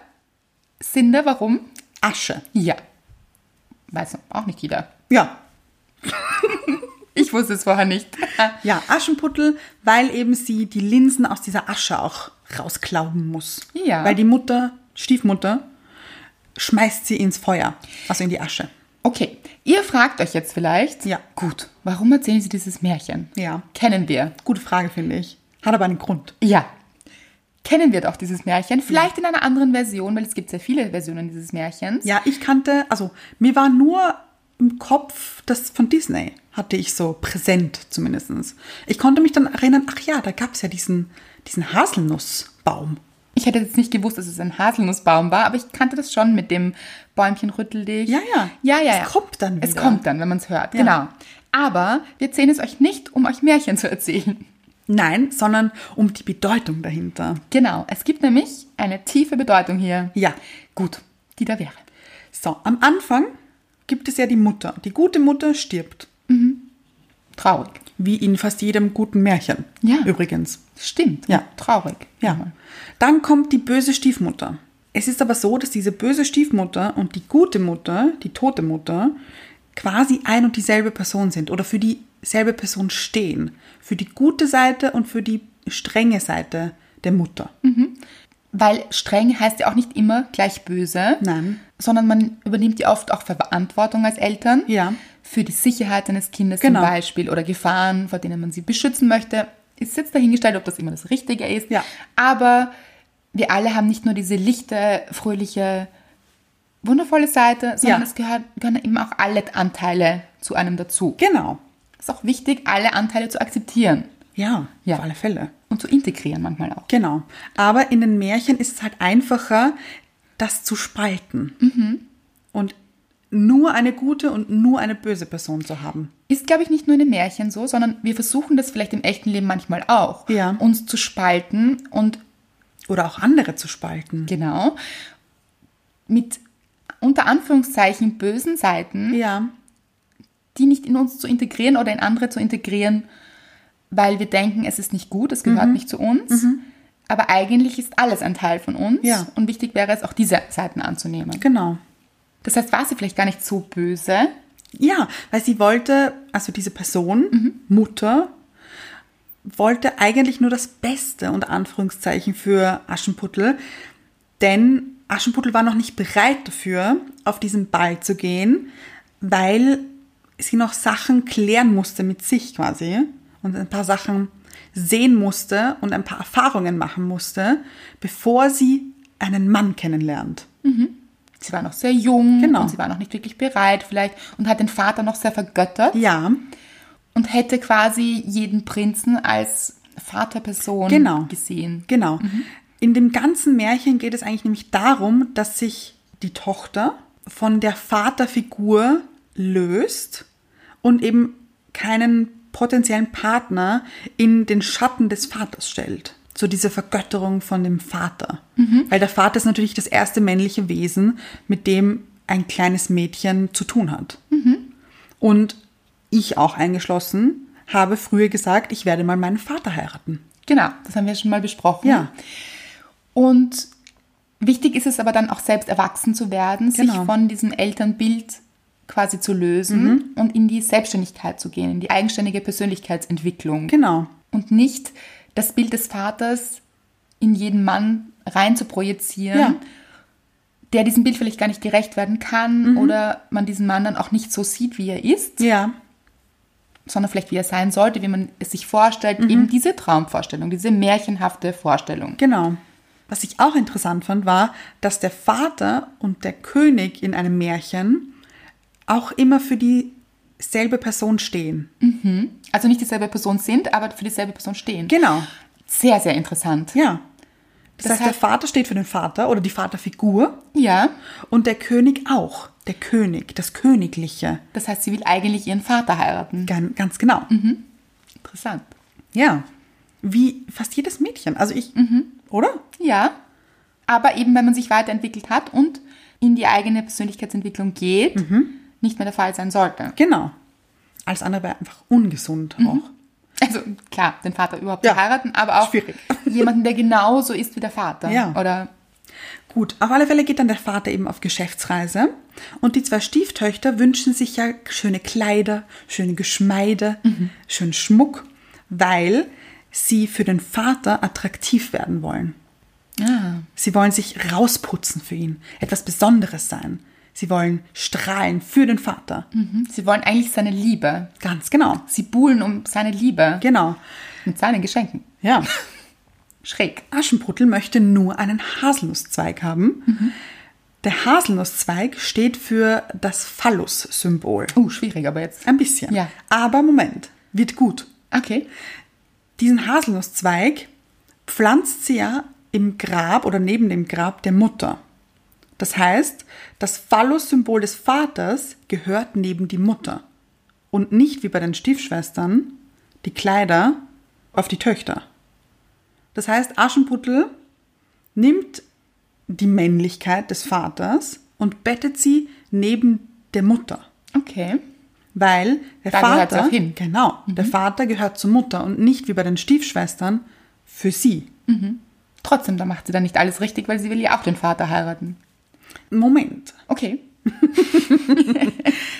Speaker 1: Cinder, warum?
Speaker 2: Asche.
Speaker 1: Ja. Weiß auch nicht jeder.
Speaker 2: Ja.
Speaker 1: Ich wusste es vorher nicht. *laughs*
Speaker 2: Ja, Aschenputtel, weil eben sie die Linsen aus dieser Asche auch rausklauen muss.
Speaker 1: Ja.
Speaker 2: Weil die Mutter, Stiefmutter, schmeißt sie ins Feuer, also in die Asche.
Speaker 1: Okay, ihr fragt euch jetzt vielleicht,
Speaker 2: Ja.
Speaker 1: gut, warum erzählen sie dieses Märchen?
Speaker 2: Ja.
Speaker 1: Kennen wir.
Speaker 2: Gute Frage, finde ich. Hat aber einen Grund.
Speaker 1: Ja. Kennen wir doch dieses Märchen, vielleicht in einer anderen Version, weil es gibt sehr viele Versionen dieses Märchens.
Speaker 2: Ja, ich kannte, also mir war nur im Kopf das von Disney, hatte ich so präsent zumindestens. Ich konnte mich dann erinnern, ach ja, da gab es ja diesen, diesen Haselnussbaum.
Speaker 1: Ich hätte jetzt nicht gewusst, dass es ein Haselnussbaum war, aber ich kannte das schon mit dem Bäumchen rüttel dich.
Speaker 2: Ja, ja.
Speaker 1: Ja, ja,
Speaker 2: Es
Speaker 1: ja.
Speaker 2: kommt dann
Speaker 1: Es
Speaker 2: wieder.
Speaker 1: kommt dann, wenn man es hört, genau. Aber wir erzählen es euch nicht, um euch Märchen zu erzählen. *laughs*
Speaker 2: Nein, sondern um die Bedeutung dahinter.
Speaker 1: Genau, es gibt nämlich eine tiefe Bedeutung hier.
Speaker 2: Ja.
Speaker 1: Gut, die da wäre.
Speaker 2: So, am Anfang gibt es ja die Mutter. Die gute Mutter stirbt.
Speaker 1: Traurig.
Speaker 2: Wie in fast jedem guten Märchen.
Speaker 1: Ja.
Speaker 2: Übrigens.
Speaker 1: Stimmt.
Speaker 2: Ja.
Speaker 1: Traurig.
Speaker 2: Ja. Dann kommt die böse Stiefmutter. Es ist aber so, dass diese böse Stiefmutter und die gute Mutter, die tote Mutter, quasi ein und dieselbe Person sind oder für dieselbe Person stehen. Für die gute Seite und für die strenge Seite der Mutter.
Speaker 1: Mhm. Weil streng heißt ja auch nicht immer gleich böse.
Speaker 2: Nein.
Speaker 1: Sondern man übernimmt ja oft auch Verantwortung als Eltern.
Speaker 2: Ja.
Speaker 1: Für die Sicherheit eines Kindes
Speaker 2: Genau.
Speaker 1: zum Beispiel oder Gefahren, vor denen man sie beschützen möchte. Ist jetzt dahingestellt, ob das immer das Richtige ist.
Speaker 2: Ja.
Speaker 1: Aber wir alle haben nicht nur diese lichte, fröhliche, wundervolle Seite, sondern
Speaker 2: Ja.
Speaker 1: es gehört, gehören eben auch alle Anteile zu einem dazu.
Speaker 2: Genau.
Speaker 1: Es ist auch wichtig, alle Anteile zu akzeptieren
Speaker 2: Ja,
Speaker 1: Ja.
Speaker 2: auf alle Fälle.
Speaker 1: und zu integrieren manchmal auch.
Speaker 2: Genau. Aber in den Märchen ist es halt einfacher, das zu spalten. Und nur eine gute und nur eine böse Person zu haben.
Speaker 1: Ist, glaube ich, nicht nur in den Märchen so, sondern wir versuchen das vielleicht im echten Leben manchmal auch,
Speaker 2: Ja.
Speaker 1: uns zu spalten und
Speaker 2: Oder auch andere zu spalten.
Speaker 1: genau mit unter Anführungszeichen bösen Seiten,
Speaker 2: Ja.
Speaker 1: die nicht in uns zu integrieren oder in andere zu integrieren, weil wir denken, es ist nicht gut, es
Speaker 2: Mhm.
Speaker 1: gehört nicht zu uns. Aber eigentlich ist alles ein Teil von uns
Speaker 2: Ja.
Speaker 1: und wichtig wäre es, auch diese Seiten anzunehmen.
Speaker 2: Genau.
Speaker 1: Das heißt, war sie vielleicht gar nicht so böse.
Speaker 2: Ja, weil sie wollte, also diese Person, Mutter, wollte eigentlich nur das Beste unter Anführungszeichen für Aschenputtel, denn Aschenputtel war noch nicht bereit dafür, auf diesen Ball zu gehen, weil sie noch Sachen klären musste mit sich quasi und ein paar Sachen sehen musste und ein paar Erfahrungen machen musste, bevor sie einen Mann kennenlernt.
Speaker 1: Sie war noch sehr jung
Speaker 2: Genau.
Speaker 1: und sie war noch nicht wirklich bereit vielleicht und hat den Vater noch sehr vergöttert.
Speaker 2: Ja,
Speaker 1: und hätte quasi jeden Prinzen als Vaterperson
Speaker 2: Genau.
Speaker 1: gesehen.
Speaker 2: Genau. In dem ganzen Märchen geht es eigentlich nämlich darum, dass sich die Tochter von der Vaterfigur löst und eben keinen potenziellen Partner in den Schatten des Vaters stellt. So diese Vergötterung von dem Vater. Weil der Vater ist natürlich das erste männliche Wesen, mit dem ein kleines Mädchen zu tun hat. Und ich auch eingeschlossen habe früher gesagt, ich werde mal meinen Vater heiraten.
Speaker 1: Genau, das haben wir schon mal besprochen.
Speaker 2: Ja.
Speaker 1: Und wichtig ist es aber dann auch selbst erwachsen zu werden,
Speaker 2: Genau. Mhm.
Speaker 1: sich von diesem Elternbild quasi zu lösen und in die Selbstständigkeit zu gehen, in die eigenständige Persönlichkeitsentwicklung.
Speaker 2: Genau.
Speaker 1: Und nicht das Bild des Vaters in jeden Mann rein zu projizieren,
Speaker 2: Ja.
Speaker 1: der diesem Bild vielleicht gar nicht gerecht werden kann oder man diesen Mann dann auch nicht so sieht, wie er ist.
Speaker 2: Ja,
Speaker 1: sondern vielleicht wie er sein sollte, wie man es sich vorstellt, eben diese Traumvorstellung, diese märchenhafte Vorstellung.
Speaker 2: genau. Was ich auch interessant fand, war, dass der Vater und der König in einem Märchen auch immer für dieselbe Person stehen.
Speaker 1: Also nicht dieselbe Person sind, aber für dieselbe Person stehen.
Speaker 2: Genau.
Speaker 1: Sehr, sehr interessant.
Speaker 2: Ja. Das,
Speaker 1: Das
Speaker 2: heißt, der
Speaker 1: heißt-
Speaker 2: Vater steht für den Vater oder die Vaterfigur
Speaker 1: Ja,
Speaker 2: und der König auch. Der König, das Königliche.
Speaker 1: das heißt, sie will eigentlich ihren Vater heiraten.
Speaker 2: Gan- Ganz genau.
Speaker 1: Interessant.
Speaker 2: Ja. Wie fast jedes Mädchen. Also ich, oder?
Speaker 1: Ja, aber eben, wenn man sich weiterentwickelt hat und in die eigene Persönlichkeitsentwicklung geht,
Speaker 2: Mhm.
Speaker 1: nicht mehr der Fall sein sollte.
Speaker 2: Genau. Alles andere wäre einfach ungesund auch.
Speaker 1: Also klar, den Vater überhaupt
Speaker 2: Ja,
Speaker 1: zu heiraten, aber auch
Speaker 2: schwierig. *laughs*
Speaker 1: jemanden, der genauso ist wie der Vater.
Speaker 2: Ja.
Speaker 1: Oder
Speaker 2: Gut, auf alle Fälle geht dann der Vater eben auf Geschäftsreise und die zwei Stieftöchter wünschen sich ja schöne Kleider, schöne Geschmeide, schönen Schmuck, weil sie für den Vater attraktiv werden wollen.
Speaker 1: Ah.
Speaker 2: Sie wollen sich rausputzen für ihn, etwas Besonderes sein. Sie wollen strahlen für den Vater.
Speaker 1: Mhm. Sie wollen eigentlich seine Liebe.
Speaker 2: Ganz genau.
Speaker 1: Sie buhlen um seine Liebe.
Speaker 2: Genau.
Speaker 1: Mit seinen Geschenken.
Speaker 2: Ja.
Speaker 1: Schräg.
Speaker 2: Aschenputtel möchte nur einen Haselnusszweig haben. Der Haselnusszweig steht für das Phallus-Symbol.
Speaker 1: Uh, schwierig aber jetzt.
Speaker 2: Ein bisschen.
Speaker 1: Ja.
Speaker 2: Aber Moment, wird gut.
Speaker 1: Okay.
Speaker 2: Diesen Haselnusszweig pflanzt sie ja im Grab oder neben dem Grab der Mutter. Das heißt, das Phallus-Symbol des Vaters gehört neben die Mutter. Und nicht wie bei den Stiefschwestern die Kleider auf die Töchter. Das heißt, Aschenputtel nimmt die Männlichkeit des Vaters und bettet sie neben der Mutter.
Speaker 1: Okay.
Speaker 2: Weil der
Speaker 1: Da gehört
Speaker 2: Vater,
Speaker 1: auch hin. Mhm.
Speaker 2: genau, der Vater gehört zur Mutter und nicht wie bei den Stiefschwestern für sie.
Speaker 1: Trotzdem, da macht sie dann nicht alles richtig, weil sie will ja auch den Vater heiraten.
Speaker 2: Moment.
Speaker 1: Okay.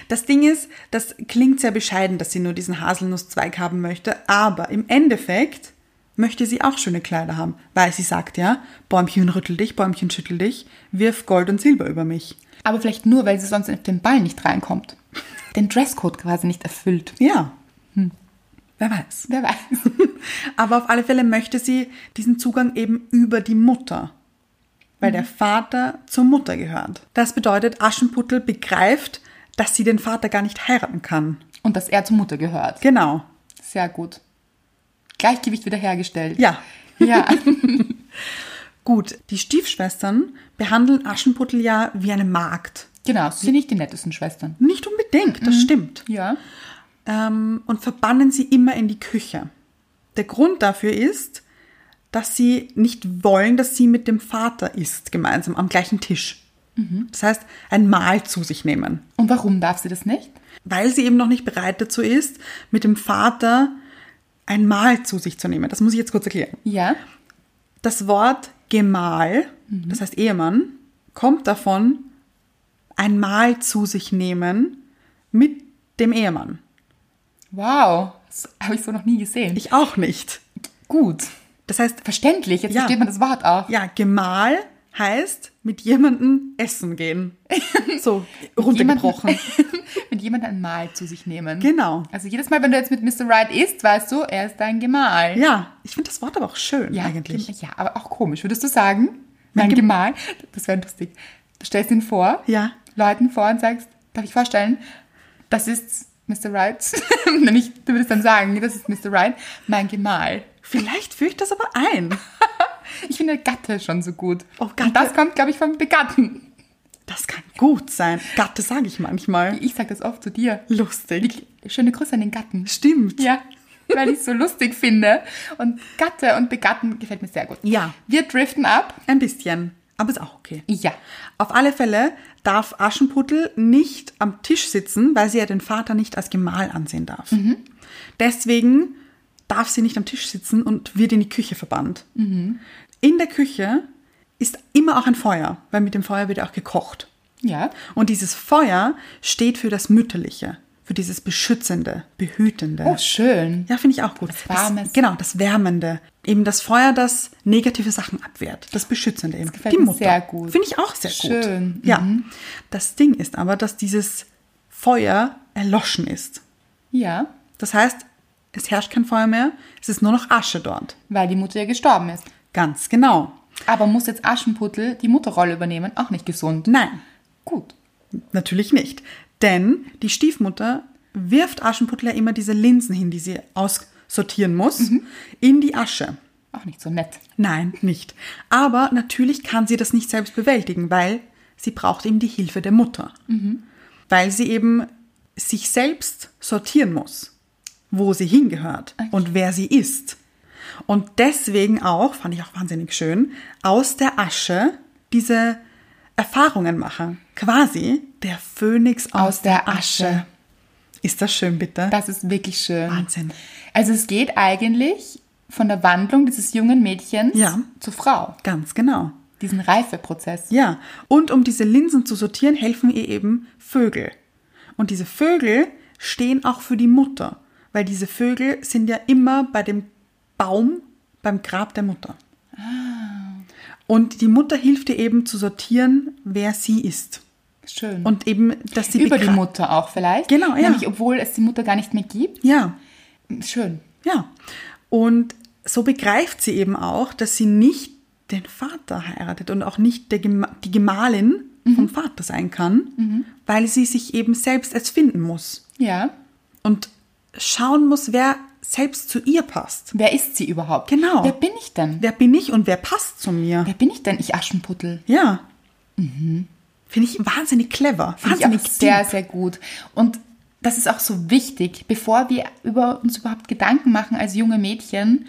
Speaker 2: Das Ding ist, das klingt sehr bescheiden, dass sie nur diesen Haselnusszweig haben möchte, aber im Endeffekt möchte sie auch schöne Kleider haben, weil sie sagt ja, Bäumchen rüttel dich, Bäumchen schüttel dich, wirf Gold und Silber über mich.
Speaker 1: Aber vielleicht nur, weil sie sonst auf den Ball nicht reinkommt. Den Dresscode quasi nicht erfüllt.
Speaker 2: Ja.
Speaker 1: Hm.
Speaker 2: Wer weiß.
Speaker 1: Wer weiß.
Speaker 2: *laughs* Aber auf alle Fälle möchte sie diesen Zugang eben über die Mutter, weil der Vater zur Mutter gehört. Das bedeutet, Aschenputtel begreift, dass sie den Vater gar nicht heiraten kann.
Speaker 1: Und dass er zur Mutter gehört.
Speaker 2: Genau.
Speaker 1: Sehr gut. Gleichgewicht wiederhergestellt.
Speaker 2: Ja.
Speaker 1: Ja.
Speaker 2: Gut, die Stiefschwestern behandeln Aschenputtel ja wie eine Magd.
Speaker 1: genau. Sie sind nicht die nettesten Schwestern.
Speaker 2: Nicht unbedingt, das stimmt.
Speaker 1: Ja.
Speaker 2: ähm, und verbannen sie immer in die Küche. Der Grund dafür ist, dass sie nicht wollen, dass sie mit dem Vater isst, gemeinsam am gleichen Tisch. Das heißt, ein Mahl zu sich nehmen,
Speaker 1: Und warum darf sie das nicht?
Speaker 2: weil sie eben noch nicht bereit dazu ist, mit dem Vater ein Mahl zu sich zu nehmen. Das muss ich jetzt kurz erklären.
Speaker 1: Ja.
Speaker 2: Das Wort Gemahl, das heißt Ehemann, kommt davon, ein Mahl zu sich nehmen mit dem Ehemann.
Speaker 1: Wow. Das habe ich so noch nie gesehen.
Speaker 2: Ich auch nicht.
Speaker 1: gut.
Speaker 2: Das heißt,
Speaker 1: Verständlich. Jetzt
Speaker 2: Ja.
Speaker 1: versteht man das Wort auch.
Speaker 2: Ja, Gemahl heißt mit jemandem essen
Speaker 1: *laughs*
Speaker 2: gehen. So, runtergebrochen.
Speaker 1: Jemanden- *laughs* mit jemandem ein Mahl zu sich nehmen.
Speaker 2: Genau.
Speaker 1: Also jedes Mal, wenn du jetzt mit Mr. Right isst, weißt du, er ist dein Gemahl.
Speaker 2: Ja, ich finde das Wort aber auch schön eigentlich.
Speaker 1: Gem- Ja, aber auch komisch. Würdest du sagen, mein Gemahl, das wäre lustig. Du stellst ihn vor,
Speaker 2: Ja.
Speaker 1: Leuten vor und sagst, darf ich vorstellen, das ist Mr. *laughs* Right. Nämlich, du würdest dann sagen, das ist Mr. Right, mein Gemahl.
Speaker 2: Vielleicht führe ich das aber ein.
Speaker 1: Ich finde Gatte schon so gut.
Speaker 2: Oh, Gatte.
Speaker 1: Und das kommt, glaube ich, vom Begatten.
Speaker 2: Das kann gut sein. Gatte sage ich manchmal.
Speaker 1: Ich sage das oft zu dir.
Speaker 2: Lustig.
Speaker 1: Schöne Grüße an den Gatten.
Speaker 2: Stimmt.
Speaker 1: Ja, weil ich es so lustig finde. Und Gatte und Begatten gefällt mir sehr gut.
Speaker 2: Ja.
Speaker 1: Wir driften ab.
Speaker 2: Ein bisschen. Aber ist auch okay.
Speaker 1: Ja.
Speaker 2: Auf alle Fälle darf Aschenputtel nicht am Tisch sitzen, weil sie ja den Vater nicht als Gemahl ansehen darf. Deswegen darf sie nicht am Tisch sitzen und wird in die Küche verbannt. In der Küche ist immer auch ein Feuer, weil mit dem Feuer wird ja auch gekocht.
Speaker 1: Ja.
Speaker 2: Und dieses Feuer steht für das Mütterliche, für dieses Beschützende, Behütende.
Speaker 1: Oh, schön.
Speaker 2: Ja, finde ich auch gut.
Speaker 1: Das Warmes.
Speaker 2: Das, genau, das Wärmende. Eben das Feuer, das negative Sachen abwehrt. Das Beschützende eben.
Speaker 1: gefällt mir sehr gut.
Speaker 2: Finde ich auch sehr gut.
Speaker 1: Schön, Mhm.
Speaker 2: Ja. Das Ding ist aber, dass dieses Feuer erloschen ist.
Speaker 1: Ja,
Speaker 2: Das heißt, es herrscht kein Feuer mehr, es ist nur noch Asche dort.
Speaker 1: weil die Mutter ja gestorben ist.
Speaker 2: Ganz genau.
Speaker 1: Aber muss jetzt Aschenputtel die Mutterrolle übernehmen? Auch nicht gesund.
Speaker 2: Nein,
Speaker 1: Gut.
Speaker 2: natürlich nicht. Denn die Stiefmutter wirft Aschenputtel ja immer diese Linsen hin, die sie aussortieren muss,
Speaker 1: Mhm.
Speaker 2: in die Asche.
Speaker 1: Auch nicht so nett.
Speaker 2: Nein, nicht. Aber natürlich kann sie das nicht selbst bewältigen, weil sie braucht eben die Hilfe der Mutter.
Speaker 1: Mhm.
Speaker 2: Weil sie eben sich selbst sortieren muss, wo sie hingehört und wer sie ist. Und deswegen auch, fand ich auch wahnsinnig schön, aus der Asche diese Erfahrungen machen. Quasi der Phönix aus,
Speaker 1: Aus der Asche.
Speaker 2: Ist das schön, bitte?
Speaker 1: Das ist wirklich schön.
Speaker 2: Wahnsinn.
Speaker 1: Also es geht eigentlich von der Wandlung dieses jungen Mädchens
Speaker 2: Ja.
Speaker 1: zur Frau.
Speaker 2: Ganz genau.
Speaker 1: Diesen Reifeprozess.
Speaker 2: Ja, und um diese Linsen zu sortieren, helfen ihr eben Vögel. Und diese Vögel stehen auch für die Mutter, weil diese Vögel sind ja immer bei dem Baum beim Grab der Mutter.
Speaker 1: Ah.
Speaker 2: Und die Mutter hilft ihr eben zu sortieren, wer sie ist.
Speaker 1: Schön.
Speaker 2: Und eben, dass sie
Speaker 1: über die
Speaker 2: begra-
Speaker 1: Mutter auch vielleicht.
Speaker 2: Genau, ja.
Speaker 1: Nämlich, obwohl es die Mutter gar nicht mehr gibt.
Speaker 2: Ja,
Speaker 1: Schön.
Speaker 2: ja. Und so begreift sie eben auch, dass sie nicht den Vater heiratet und auch nicht der Gema die Gemahlin
Speaker 1: Mhm.
Speaker 2: vom Vater sein kann, weil sie sich eben selbst erst finden muss
Speaker 1: Ja.
Speaker 2: und schauen muss, wer selbst zu ihr passt.
Speaker 1: Wer ist sie überhaupt?
Speaker 2: Genau.
Speaker 1: Wer bin ich denn?
Speaker 2: Wer bin ich und wer passt zu mir?
Speaker 1: Wer bin ich denn? Ich Aschenputtel.
Speaker 2: Ja. Finde ich wahnsinnig clever.
Speaker 1: Mhm. Finde ich
Speaker 2: Wahnsinnig
Speaker 1: auch sehr,
Speaker 2: deep.
Speaker 1: sehr gut. Und das ist auch so wichtig, bevor wir über uns überhaupt Gedanken machen als junge Mädchen,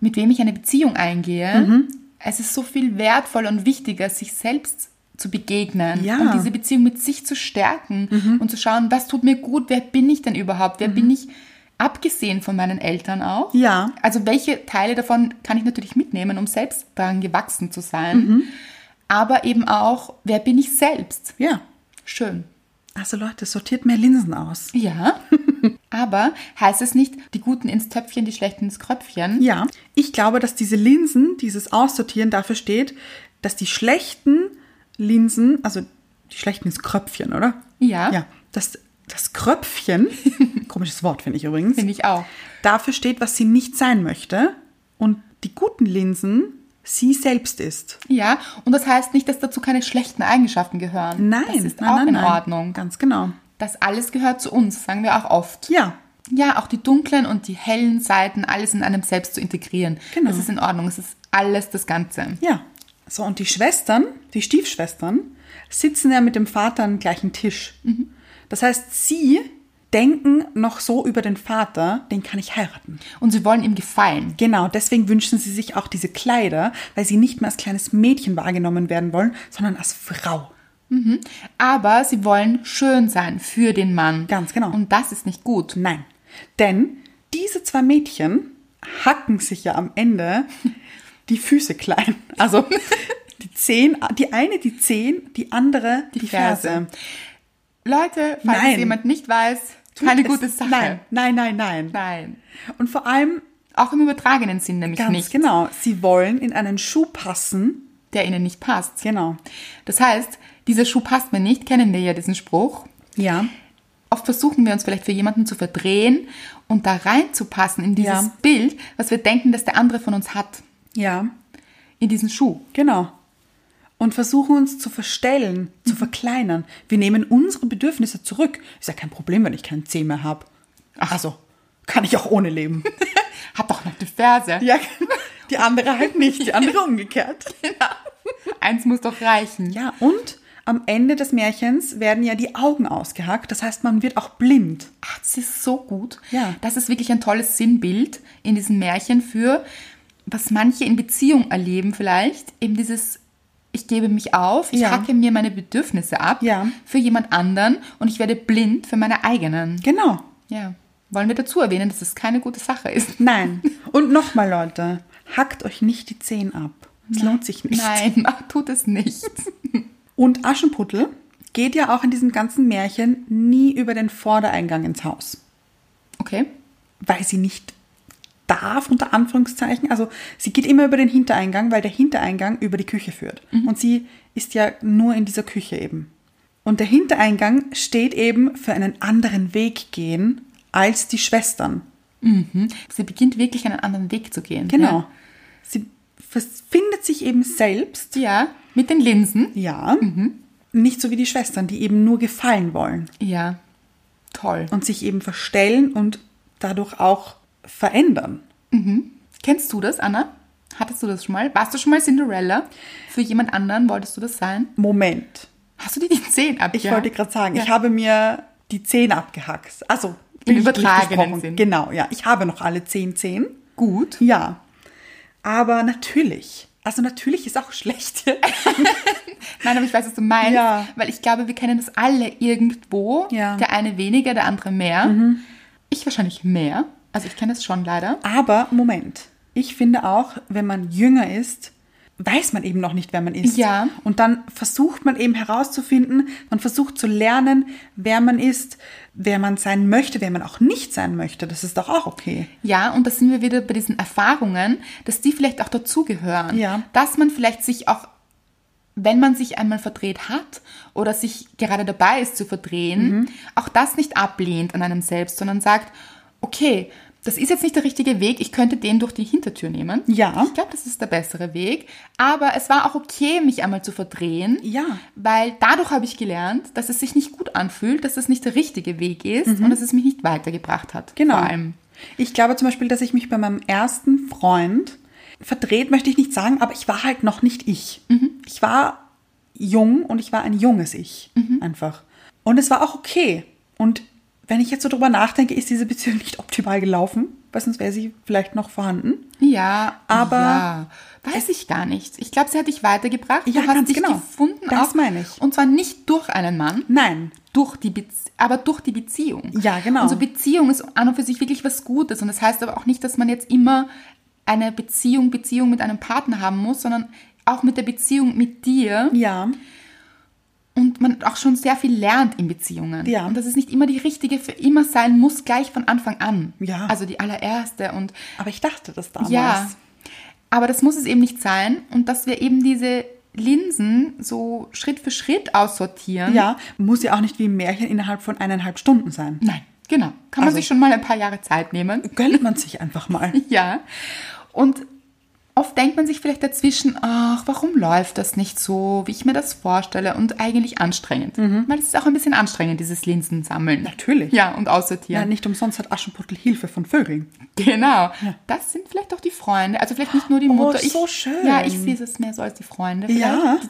Speaker 1: mit wem ich eine Beziehung eingehe.
Speaker 2: Mhm.
Speaker 1: Es ist so viel wertvoller und wichtiger, sich selbst zu begegnen
Speaker 2: Ja. Mhm.
Speaker 1: und diese Beziehung mit sich zu stärken und zu schauen, was tut mir gut, wer bin ich denn überhaupt, wer bin ich abgesehen von meinen Eltern auch.
Speaker 2: Ja.
Speaker 1: Also welche Teile davon kann ich natürlich mitnehmen, um selbst daran gewachsen zu sein,
Speaker 2: Mhm.
Speaker 1: aber eben auch, wer bin ich selbst?
Speaker 2: Ja.
Speaker 1: Schön.
Speaker 2: Also Leute, sortiert mehr Linsen aus.
Speaker 1: Ja. *laughs* Aber heißt es nicht, die Guten ins Töpfchen, die Schlechten ins Kröpfchen?
Speaker 2: Ja, ich glaube, dass diese Linsen, dieses Aussortieren dafür steht, dass die schlechten Linsen, also die schlechten ist Kröpfchen, oder?
Speaker 1: Ja.
Speaker 2: Ja, dass
Speaker 1: *laughs*
Speaker 2: das Kröpfchen, komisches Wort finde ich übrigens,
Speaker 1: Finde ich auch.
Speaker 2: dafür steht, was sie nicht sein möchte und die guten Linsen sie selbst ist.
Speaker 1: Ja. Und das heißt nicht, dass dazu keine schlechten Eigenschaften gehören.
Speaker 2: Nein,
Speaker 1: Das ist
Speaker 2: nein,
Speaker 1: auch
Speaker 2: nein,
Speaker 1: in
Speaker 2: nein.
Speaker 1: Ordnung.
Speaker 2: Ganz genau.
Speaker 1: Das alles gehört zu uns, sagen wir auch oft.
Speaker 2: Ja,
Speaker 1: Ja, auch die dunklen und die hellen Seiten, alles in einem selbst zu integrieren.
Speaker 2: Genau.
Speaker 1: Das ist in Ordnung. Es ist alles das Ganze.
Speaker 2: Ja. So, und die Schwestern, die Stiefschwestern, sitzen ja mit dem Vater am gleichen Tisch. Das heißt, sie denken noch so über den Vater, den kann ich heiraten.
Speaker 1: Und sie wollen ihm gefallen.
Speaker 2: Genau, deswegen wünschen sie sich auch diese Kleider, weil sie nicht mehr als kleines Mädchen wahrgenommen werden wollen, sondern als Frau.
Speaker 1: Aber sie wollen schön sein für den Mann.
Speaker 2: Ganz genau.
Speaker 1: Und das ist nicht gut.
Speaker 2: Nein. Denn diese zwei Mädchen hacken sich ja am Ende die Füße klein. Also die Zehen, die eine die Zehen, die andere die,
Speaker 1: Ferse.
Speaker 2: Ferse.
Speaker 1: Leute, falls
Speaker 2: Nein.
Speaker 1: es jemand nicht weiß,
Speaker 2: Tut
Speaker 1: keine
Speaker 2: es-
Speaker 1: gute Sache.
Speaker 2: Nein, nein, nein, nein.
Speaker 1: Nein.
Speaker 2: Und vor allem
Speaker 1: Auch im übertragenen Sinn nämlich
Speaker 2: ganz
Speaker 1: nicht,
Speaker 2: genau, sie wollen in einen Schuh passen.
Speaker 1: der ihnen nicht passt.
Speaker 2: Genau.
Speaker 1: Das heißt, dieser Schuh passt mir nicht, kennen wir ja diesen Spruch.
Speaker 2: Ja.
Speaker 1: Oft versuchen wir uns vielleicht für jemanden zu verdrehen und da reinzupassen in dieses
Speaker 2: Ja.
Speaker 1: Bild, was wir denken, dass der andere von uns hat,
Speaker 2: Ja,
Speaker 1: in diesen Schuh.
Speaker 2: genau. Und versuchen uns zu verstellen, zu
Speaker 1: Mhm.
Speaker 2: verkleinern. Wir nehmen unsere Bedürfnisse zurück. Ist ja kein Problem, wenn ich keinen Zeh mehr habe. Also, kann ich auch
Speaker 1: *laughs*
Speaker 2: ohne leben.
Speaker 1: Hat doch noch die Ferse.
Speaker 2: ja, die andere halt nicht, die andere umgekehrt.
Speaker 1: Eins muss doch reichen.
Speaker 2: Ja, und am Ende des Märchens werden ja die Augen ausgehackt. Das heißt, man wird auch blind.
Speaker 1: Ach, das ist so gut.
Speaker 2: Ja.
Speaker 1: Das ist wirklich ein tolles Sinnbild in diesem Märchen für, was manche in Beziehung erleben vielleicht, eben dieses, ich gebe mich auf, ich
Speaker 2: Ja.
Speaker 1: hacke mir meine Bedürfnisse ab
Speaker 2: Ja.
Speaker 1: für jemand anderen und ich werde blind für meine eigenen.
Speaker 2: Genau.
Speaker 1: Ja. Wollen wir dazu erwähnen, dass es keine gute Sache ist?
Speaker 2: Nein. Und nochmal, Leute, hackt euch nicht die Zehen ab. Es lohnt sich *laughs* nicht.
Speaker 1: Nein, *laughs* mach, tut es nicht.
Speaker 2: Und Aschenputtel geht ja auch in diesem ganzen Märchen nie über den Vordereingang ins Haus,
Speaker 1: Okay.
Speaker 2: weil sie nicht darf, unter Anführungszeichen. Also sie geht immer über den Hintereingang, weil der Hintereingang über die Küche führt. Und sie ist ja nur in dieser Küche eben. Und der Hintereingang steht eben für einen anderen Weg gehen als die Schwestern.
Speaker 1: Sie beginnt wirklich einen anderen Weg zu gehen.
Speaker 2: Genau. Sie vers- findet sich eben selbst
Speaker 1: Ja, ja mit den Linsen.
Speaker 2: Ja.
Speaker 1: Mhm.
Speaker 2: Nicht so wie die Schwestern, die eben nur gefallen wollen
Speaker 1: Ja. Toll.
Speaker 2: und sich eben verstellen und dadurch auch verändern.
Speaker 1: Kennst du das, Anna? Hattest du das schon mal? Warst du schon mal Cinderella? Für jemand anderen wolltest du das sein?
Speaker 2: Moment.
Speaker 1: Hast du dir die Zehen abgehakt?
Speaker 2: Ich wollte gerade sagen,
Speaker 1: Ja.
Speaker 2: ich habe mir die Zehen abgehackt. Also
Speaker 1: Im
Speaker 2: bildlich
Speaker 1: übertragenen
Speaker 2: gesprochen.
Speaker 1: Sinn.
Speaker 2: Genau, ja. Ich habe noch alle zehn Zehen.
Speaker 1: Gut.
Speaker 2: Ja. Aber natürlich. Also natürlich ist auch *laughs* schlecht.
Speaker 1: Nein, aber ich weiß, was du meinst.
Speaker 2: Ja.
Speaker 1: Weil ich glaube, wir kennen das alle irgendwo.
Speaker 2: Ja. Mhm.
Speaker 1: Der eine weniger, der andere mehr. Ich wahrscheinlich mehr. Also ich kenne das schon leider.
Speaker 2: Aber Moment. Ich finde auch, wenn man jünger ist, weiß man eben noch nicht, wer man ist.
Speaker 1: Ja.
Speaker 2: Und dann versucht man eben herauszufinden, man versucht zu lernen, wer man ist, wer man sein möchte, wer man auch nicht sein möchte. Das ist doch auch okay.
Speaker 1: Ja, und da sind wir wieder bei diesen Erfahrungen, dass die vielleicht auch dazugehören.
Speaker 2: Ja.
Speaker 1: Dass man vielleicht sich auch, wenn man sich einmal verdreht hat oder sich gerade dabei ist zu verdrehen,
Speaker 2: Mhm.
Speaker 1: auch das nicht ablehnt an einem selbst, sondern sagt, okay, das ist jetzt nicht der richtige Weg, ich könnte den durch die Hintertür nehmen.
Speaker 2: Ja.
Speaker 1: Ich glaube, das ist der bessere Weg. Aber es war auch okay, mich einmal zu verdrehen.
Speaker 2: Ja.
Speaker 1: Weil dadurch habe ich gelernt, dass es sich nicht gut anfühlt, dass es nicht der richtige Weg ist und dass es mich nicht weitergebracht hat.
Speaker 2: Mhm. Genau.
Speaker 1: Vor allem.
Speaker 2: Ich glaube zum Beispiel, dass ich mich bei meinem ersten Freund verdreht, möchte ich nicht sagen, aber ich war halt noch nicht ich. Ich war jung und ich war ein junges Ich. Einfach. Und es war auch okay. Und wenn ich jetzt so drüber nachdenke, ist diese Beziehung *laughs* nicht optimal gelaufen, weil sonst wäre sie vielleicht noch vorhanden.
Speaker 1: Ja,
Speaker 2: Aber-
Speaker 1: ja, weiß ich gar nicht. Ich glaube, sie hat dich weitergebracht.
Speaker 2: Ja,
Speaker 1: du hast
Speaker 2: ganz
Speaker 1: dich
Speaker 2: genau.
Speaker 1: gefunden.
Speaker 2: Das
Speaker 1: auch,
Speaker 2: meine ich.
Speaker 1: Und zwar nicht durch einen Mann,
Speaker 2: Nein.
Speaker 1: durch die Bez- aber durch die Beziehung.
Speaker 2: Ja, genau.
Speaker 1: Also Beziehung ist an und für sich wirklich was Gutes. Und das heißt aber auch nicht, dass man jetzt immer eine Beziehung, Beziehung mit einem Partner haben muss, sondern auch mit der Beziehung mit dir.
Speaker 2: Ja.
Speaker 1: Und man auch schon sehr viel lernt in Beziehungen.
Speaker 2: Ja.
Speaker 1: Und dass es nicht immer die richtige für immer sein muss, gleich von Anfang an.
Speaker 2: Ja.
Speaker 1: Also die allererste und
Speaker 2: Aber ich dachte das damals.
Speaker 1: ja, aber das muss es eben nicht sein und dass wir eben diese Linsen so Schritt für Schritt aussortieren.
Speaker 2: Ja, muss ja auch nicht wie im Märchen innerhalb von eineinhalb Stunden sein.
Speaker 1: Nein, genau. Kann man
Speaker 2: Also-
Speaker 1: sich schon mal ein paar Jahre Zeit
Speaker 2: *laughs*
Speaker 1: nehmen.
Speaker 2: Gönnt man sich einfach mal.
Speaker 1: Ja. Und oft denkt man sich vielleicht dazwischen, ach, warum läuft das nicht so, wie ich mir das vorstelle und eigentlich anstrengend. Weil es ist auch ein bisschen anstrengend, dieses Linsen sammeln.
Speaker 2: Mhm. Natürlich.
Speaker 1: Ja, und aussortieren.
Speaker 2: Ja, nicht umsonst hat Aschenputtel Hilfe von Vögeln.
Speaker 1: Genau. Das sind vielleicht auch die Freunde. Also vielleicht nicht nur die
Speaker 2: Oh,
Speaker 1: Mutter.
Speaker 2: so schön.
Speaker 1: Ja, ich sehe es mehr so als die Freunde.
Speaker 2: Ja.
Speaker 1: Vielleicht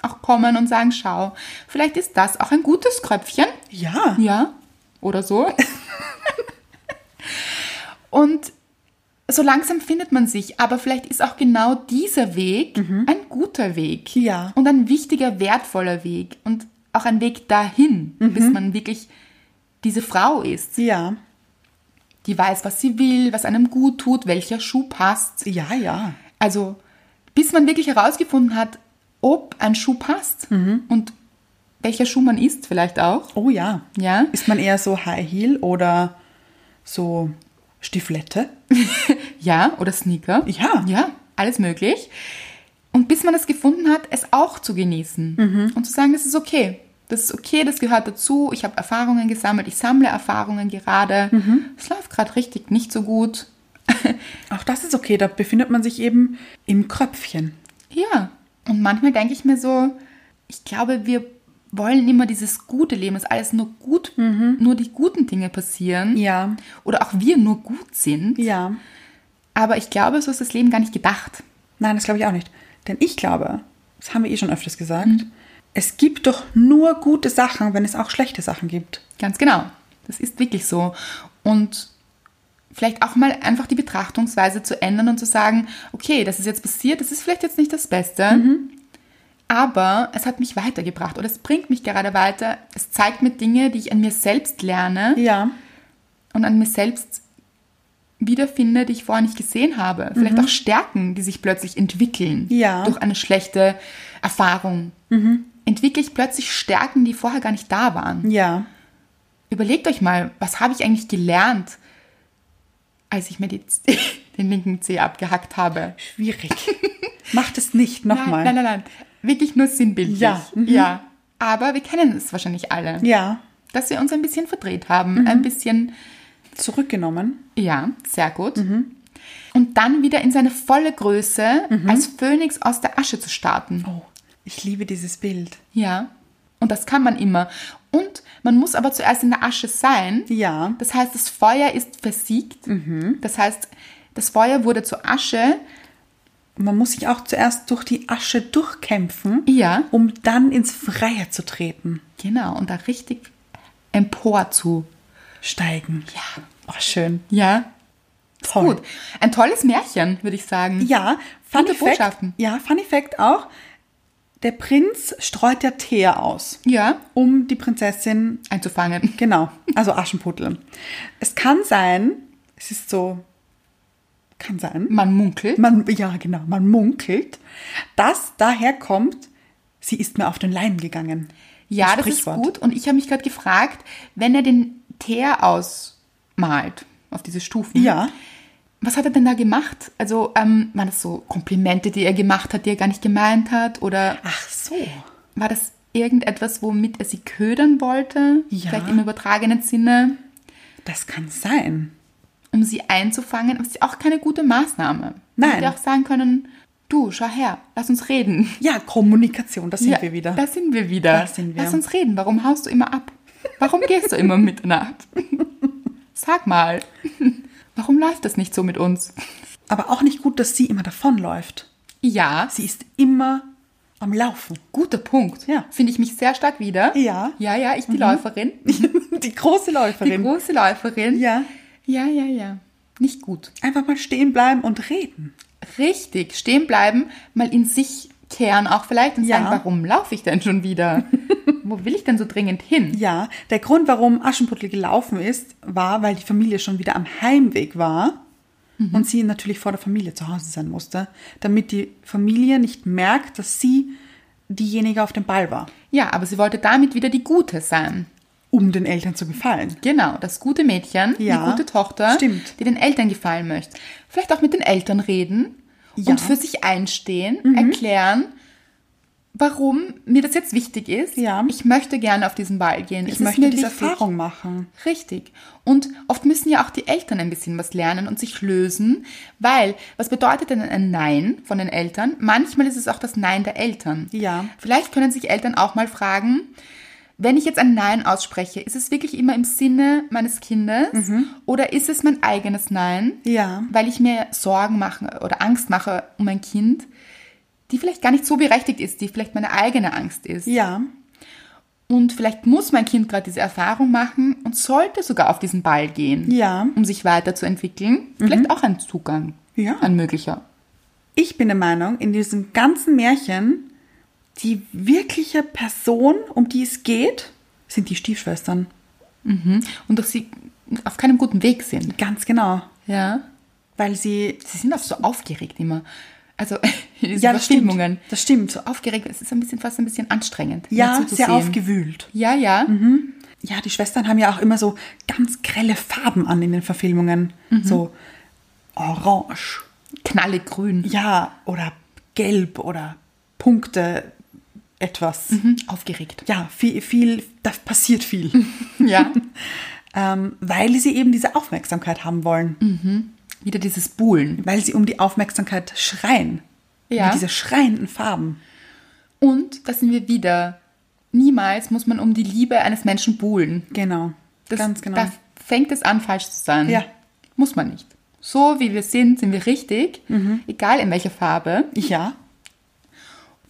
Speaker 1: Auch kommen und sagen, schau, vielleicht ist das auch ein gutes Kröpfchen.
Speaker 2: Ja.
Speaker 1: Ja. Oder so. und so langsam findet man sich. Aber vielleicht ist auch genau dieser Weg ein guter Weg.
Speaker 2: Ja.
Speaker 1: Und ein wichtiger, wertvoller Weg. Und auch ein Weg dahin, bis man wirklich diese Frau ist
Speaker 2: Ja.
Speaker 1: die weiß, was sie will, was einem gut tut, welcher Schuh passt.
Speaker 2: Ja, ja.
Speaker 1: Also, bis man wirklich herausgefunden hat, ob ein Schuh passt und welcher Schuh man ist, vielleicht auch.
Speaker 2: Oh ja.
Speaker 1: Ja.
Speaker 2: Ist man eher so High Heel oder so Stiflette?
Speaker 1: Ja, oder Sneaker.
Speaker 2: Ja.
Speaker 1: Ja, alles möglich. Und bis man das gefunden hat, es auch zu genießen und zu sagen, das ist okay. Das ist okay, das gehört dazu. Ich habe Erfahrungen gesammelt, ich sammle Erfahrungen gerade. Es läuft gerade richtig nicht so gut.
Speaker 2: Auch das ist okay, da befindet man sich eben im Kröpfchen.
Speaker 1: Ja, und manchmal denke ich mir so, ich glaube, wir wollen immer dieses gute Leben, dass alles nur gut, nur die guten Dinge passieren.
Speaker 2: Mhm. Ja.
Speaker 1: Oder auch wir nur gut sind.
Speaker 2: Ja.
Speaker 1: Aber ich glaube, so ist das Leben gar nicht gedacht.
Speaker 2: Nein, das glaube ich auch nicht. Denn ich glaube, das haben wir eh schon öfters gesagt, es gibt doch nur gute Sachen, wenn es auch schlechte Sachen gibt.
Speaker 1: Ganz genau. Das ist wirklich so. Und vielleicht auch mal einfach die Betrachtungsweise zu ändern und zu sagen, okay, das ist jetzt passiert, das ist vielleicht jetzt nicht das Beste,
Speaker 2: Mhm.
Speaker 1: aber es hat mich weitergebracht oder es bringt mich gerade weiter. Es zeigt mir Dinge, die ich an mir selbst lerne.
Speaker 2: Ja.
Speaker 1: und an mir selbst wiederfinde, die ich vorher nicht gesehen habe. Vielleicht auch Stärken, die sich plötzlich entwickeln
Speaker 2: Mhm. Ja. Mhm.
Speaker 1: durch eine schlechte Erfahrung. Entwickle ich plötzlich Stärken, die vorher gar nicht da waren.
Speaker 2: Ja.
Speaker 1: Überlegt euch mal, was habe ich eigentlich gelernt, als ich mir die, *laughs* den linken Zeh abgehackt habe?
Speaker 2: *laughs* Schwierig. Macht es nicht nochmal.
Speaker 1: Nein, nein, nein, nein. Wirklich nur sinnbildlich.
Speaker 2: Ja. Mhm.
Speaker 1: ja. Aber wir kennen es wahrscheinlich alle,
Speaker 2: Ja. Mhm.
Speaker 1: dass wir uns ein bisschen verdreht haben, ein bisschen
Speaker 2: Zurückgenommen.
Speaker 1: Ja, sehr gut.
Speaker 2: Mhm.
Speaker 1: Und dann wieder in seine volle Größe als Phönix aus der Asche zu starten.
Speaker 2: Oh, ich liebe dieses Bild.
Speaker 1: Ja. Und das kann man immer. Und man muss aber zuerst in der Asche sein.
Speaker 2: Ja. Mhm.
Speaker 1: Das heißt, das Feuer ist versiegt. Das heißt, das Feuer wurde zur Asche.
Speaker 2: Man muss sich auch zuerst durch die Asche durchkämpfen,
Speaker 1: Ja.
Speaker 2: um dann ins Freie zu treten.
Speaker 1: Genau. Und da richtig empor zu.
Speaker 2: Steigen.
Speaker 1: Ja.
Speaker 2: Oh, schön.
Speaker 1: Ja.
Speaker 2: Toll.
Speaker 1: Gut. Ein tolles Märchen, würde ich sagen.
Speaker 2: Ja, Funny
Speaker 1: Gute
Speaker 2: Fact,
Speaker 1: Botschaften.
Speaker 2: ja, Funny Fact auch. Der Prinz streut ja Tee aus,
Speaker 1: Ja.
Speaker 2: um die Prinzessin,
Speaker 1: Einzufangen.
Speaker 2: genau, also Aschenputtel. es kann sein, es ist so kann sein.
Speaker 1: Man munkelt.
Speaker 2: Man, ja, genau, man munkelt, dass daher kommt, sie ist mir auf den Leim gegangen.
Speaker 1: Ja, das ist
Speaker 2: Sprichwort.
Speaker 1: gut. Und ich habe mich gerade gefragt, wenn er den Teer ausmalt auf diese Stufen,
Speaker 2: Ja,
Speaker 1: was hat er denn da gemacht? Also ähm, waren das so Komplimente, die er gemacht hat, die er gar nicht gemeint hat? Oder
Speaker 2: ach so.
Speaker 1: war das irgendetwas, womit er sie ködern wollte?
Speaker 2: Ja.
Speaker 1: Vielleicht im übertragenen Sinne,
Speaker 2: Das kann sein.
Speaker 1: um sie einzufangen. Aber es ist auch keine gute Maßnahme. Man
Speaker 2: Nein.
Speaker 1: hätte auch sagen können, du, schau her, lass uns reden.
Speaker 2: Ja, Kommunikation, das sind
Speaker 1: Ja,
Speaker 2: wir wieder.
Speaker 1: Da sind wir wieder.
Speaker 2: Da sind wir.
Speaker 1: Lass uns reden. Warum haust du immer ab? Warum gehst du immer mit einer
Speaker 2: *laughs*
Speaker 1: ab? Sag mal, *laughs* warum läuft das nicht so mit uns?
Speaker 2: Aber auch nicht gut, dass sie immer davonläuft.
Speaker 1: Ja,
Speaker 2: Sie ist immer am Laufen.
Speaker 1: guter Punkt.
Speaker 2: Ja.
Speaker 1: Finde ich mich sehr stark wieder.
Speaker 2: Ja. Mhm.
Speaker 1: Ja, ja, ich die Läuferin.
Speaker 2: *laughs* Die große
Speaker 1: Die
Speaker 2: Läuferin.
Speaker 1: große Läuferin.
Speaker 2: ja.
Speaker 1: Ja, ja, ja. Nicht gut.
Speaker 2: Einfach mal stehen bleiben und reden.
Speaker 1: Richtig. Stehen bleiben, mal in sich kehren auch vielleicht und
Speaker 2: Ja.
Speaker 1: sagen, warum laufe ich denn schon
Speaker 2: *laughs*
Speaker 1: wieder? Wo will ich denn so dringend hin?
Speaker 2: Ja, der Grund, warum Aschenputtel gelaufen ist, war, weil die Familie schon wieder am Heimweg war und sie natürlich vor der Familie zu Hause sein musste, damit die Familie nicht merkt, dass sie diejenige auf dem Ball war,
Speaker 1: Ja, aber sie wollte damit wieder die Gute sein.
Speaker 2: um den Eltern zu gefallen.
Speaker 1: Genau, das gute Mädchen,
Speaker 2: Ja,
Speaker 1: die gute Tochter,
Speaker 2: stimmt.
Speaker 1: die den Eltern gefallen möchte. Vielleicht auch mit den Eltern reden
Speaker 2: Ja. Mhm.
Speaker 1: und für sich einstehen, erklären, warum mir das jetzt wichtig ist.
Speaker 2: Ja.
Speaker 1: Ich möchte gerne auf diesen Ball gehen.
Speaker 2: Ich möchte diese Erfahrung machen.
Speaker 1: Richtig. Und oft müssen ja auch die Eltern ein bisschen was lernen und sich lösen, weil was bedeutet denn ein Nein von den Eltern? Manchmal ist es auch das Nein der Eltern.
Speaker 2: Ja.
Speaker 1: Vielleicht können sich Eltern auch mal fragen, wenn ich jetzt ein Nein ausspreche, ist es wirklich immer im Sinne meines Kindes oder ist es mein eigenes Nein?
Speaker 2: Mhm. Ja.
Speaker 1: Weil ich mir Sorgen mache oder Angst mache um mein Kind, die vielleicht gar nicht so berechtigt ist, die vielleicht meine eigene Angst ist.
Speaker 2: Ja,
Speaker 1: Und vielleicht muss mein Kind gerade diese Erfahrung machen und sollte sogar auf diesen Ball gehen,
Speaker 2: Ja. Mhm.
Speaker 1: um sich weiterzuentwickeln. Vielleicht auch ein Zugang,
Speaker 2: Ja.
Speaker 1: ein möglicher.
Speaker 2: ich bin der Meinung, in diesem ganzen Märchen, die wirkliche Person, um die es geht, sind die Stiefschwestern.
Speaker 1: Und dass sie auf keinem guten Weg sind.
Speaker 2: Ganz genau.
Speaker 1: Ja.
Speaker 2: Weil sie.
Speaker 1: Sie sind auch so aufgeregt immer. Also *laughs* in diesen
Speaker 2: Ja, das stimmt.
Speaker 1: Verfilmungen.
Speaker 2: Das stimmt.
Speaker 1: So aufgeregt, es ist ein bisschen fast ein bisschen anstrengend. ihnen
Speaker 2: Ja, sehr Mhm.
Speaker 1: zuzusehen.
Speaker 2: aufgewühlt.
Speaker 1: Ja, ja.
Speaker 2: Ja, die Schwestern haben ja auch immer so ganz grelle Farben an in den Verfilmungen. So orange,
Speaker 1: Knallig grün.
Speaker 2: ja, oder gelb oder Punkte, etwas.
Speaker 1: Mhm. Aufgeregt. *laughs*
Speaker 2: Ja, viel, viel, da passiert viel.
Speaker 1: Ja.
Speaker 2: ähm, weil sie eben diese Aufmerksamkeit haben wollen.
Speaker 1: Wieder dieses Buhlen.
Speaker 2: Weil sie um die Aufmerksamkeit schreien.
Speaker 1: Ja.
Speaker 2: Mit diese schreienden Farben.
Speaker 1: Und da sind wir wieder. Niemals muss man um die Liebe eines Menschen buhlen.
Speaker 2: Genau.
Speaker 1: Das,
Speaker 2: Ganz genau.
Speaker 1: Da fängt es an, falsch zu sein.
Speaker 2: Ja.
Speaker 1: Muss man nicht. So wie wir sind, sind wir richtig,
Speaker 2: Mhm.
Speaker 1: egal in welcher Farbe.
Speaker 2: Ja.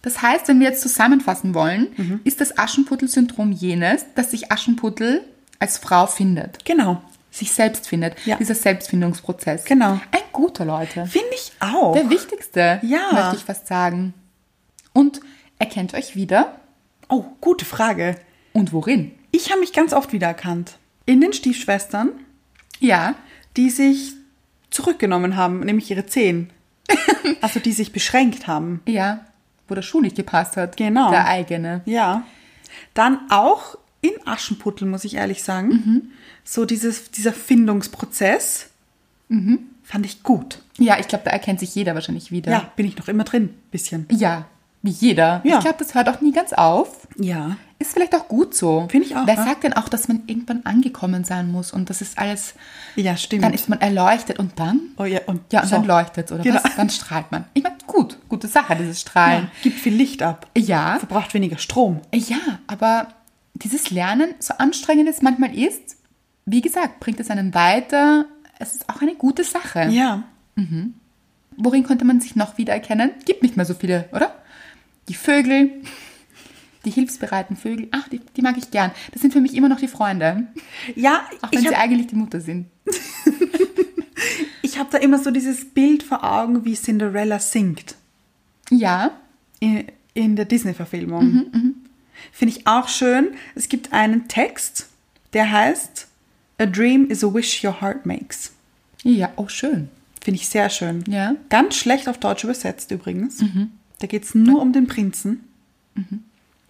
Speaker 1: Das heißt, wenn wir jetzt zusammenfassen wollen,
Speaker 2: Mhm.
Speaker 1: ist das Aschenputtel-Syndrom jenes, dass sich Aschenputtel als Frau findet,
Speaker 2: Genau.
Speaker 1: sich selbst findet,
Speaker 2: Ja.
Speaker 1: dieser Selbstfindungsprozess.
Speaker 2: Genau.
Speaker 1: Ein guter, Leute.
Speaker 2: Finde ich auch.
Speaker 1: Der wichtigste,
Speaker 2: Ja.
Speaker 1: möchte ich fast sagen. Und erkennt euch wieder
Speaker 2: Oh, gute Frage.
Speaker 1: und worin?
Speaker 2: Ich habe mich ganz oft wiedererkannt. In den Stiefschwestern,
Speaker 1: Ja,
Speaker 2: die sich zurückgenommen haben, nämlich ihre Zehen. *laughs* Also die sich beschränkt haben.
Speaker 1: ja, wo der Schuh nicht gepasst hat.
Speaker 2: Genau.
Speaker 1: Der eigene.
Speaker 2: Ja. Dann auch in Aschenputtel, muss ich ehrlich sagen.
Speaker 1: Mhm.
Speaker 2: So dieses, dieser Findungsprozess
Speaker 1: Mhm.
Speaker 2: fand ich gut.
Speaker 1: Ja, ich glaube, da erkennt sich jeder wahrscheinlich wieder.
Speaker 2: Ja. bin ich noch immer drin. Bisschen.
Speaker 1: Ja, wie jeder.
Speaker 2: Ja.
Speaker 1: Ich glaube, das hört auch nie ganz auf.
Speaker 2: Ja.
Speaker 1: Ist vielleicht auch gut so.
Speaker 2: Finde ich auch,
Speaker 1: Wer
Speaker 2: ja.
Speaker 1: sagt denn auch, dass man irgendwann angekommen sein muss und das ist alles,
Speaker 2: Ja, stimmt.
Speaker 1: dann ist man erleuchtet und dann?
Speaker 2: oh, ja, und,
Speaker 1: Ja, und
Speaker 2: so.
Speaker 1: dann leuchtet oder
Speaker 2: Genau.
Speaker 1: was? Dann strahlt man. Ich meine, gut, gute Sache, dieses Strahlen.
Speaker 2: Ja, gibt viel Licht ab.
Speaker 1: Ja.
Speaker 2: Verbraucht weniger Strom.
Speaker 1: Ja, aber dieses Lernen, so anstrengend es manchmal ist, wie gesagt, bringt es einen weiter. Es ist auch eine gute Sache.
Speaker 2: Ja.
Speaker 1: Worin konnte man sich noch wiedererkennen? Gibt nicht mehr so viele, oder? Die Vögel, die hilfsbereiten Vögel. Ach, die, die mag ich gern. Das sind für mich immer noch die Freunde,
Speaker 2: Ja,
Speaker 1: auch wenn
Speaker 2: ich
Speaker 1: sie
Speaker 2: habe
Speaker 1: eigentlich die Mutter sind.
Speaker 2: hab da immer so dieses Bild vor Augen, wie Cinderella singt.
Speaker 1: Ja,
Speaker 2: in, in der Disney-Verfilmung.
Speaker 1: Mhm,
Speaker 2: Finde ich auch schön. Es gibt einen Text, der heißt A dream is a wish your heart makes.
Speaker 1: ja, oh schön.
Speaker 2: Finde ich sehr schön.
Speaker 1: Ja. Mhm.
Speaker 2: Ganz schlecht auf Deutsch übersetzt übrigens. Da geht es nur um den Prinzen.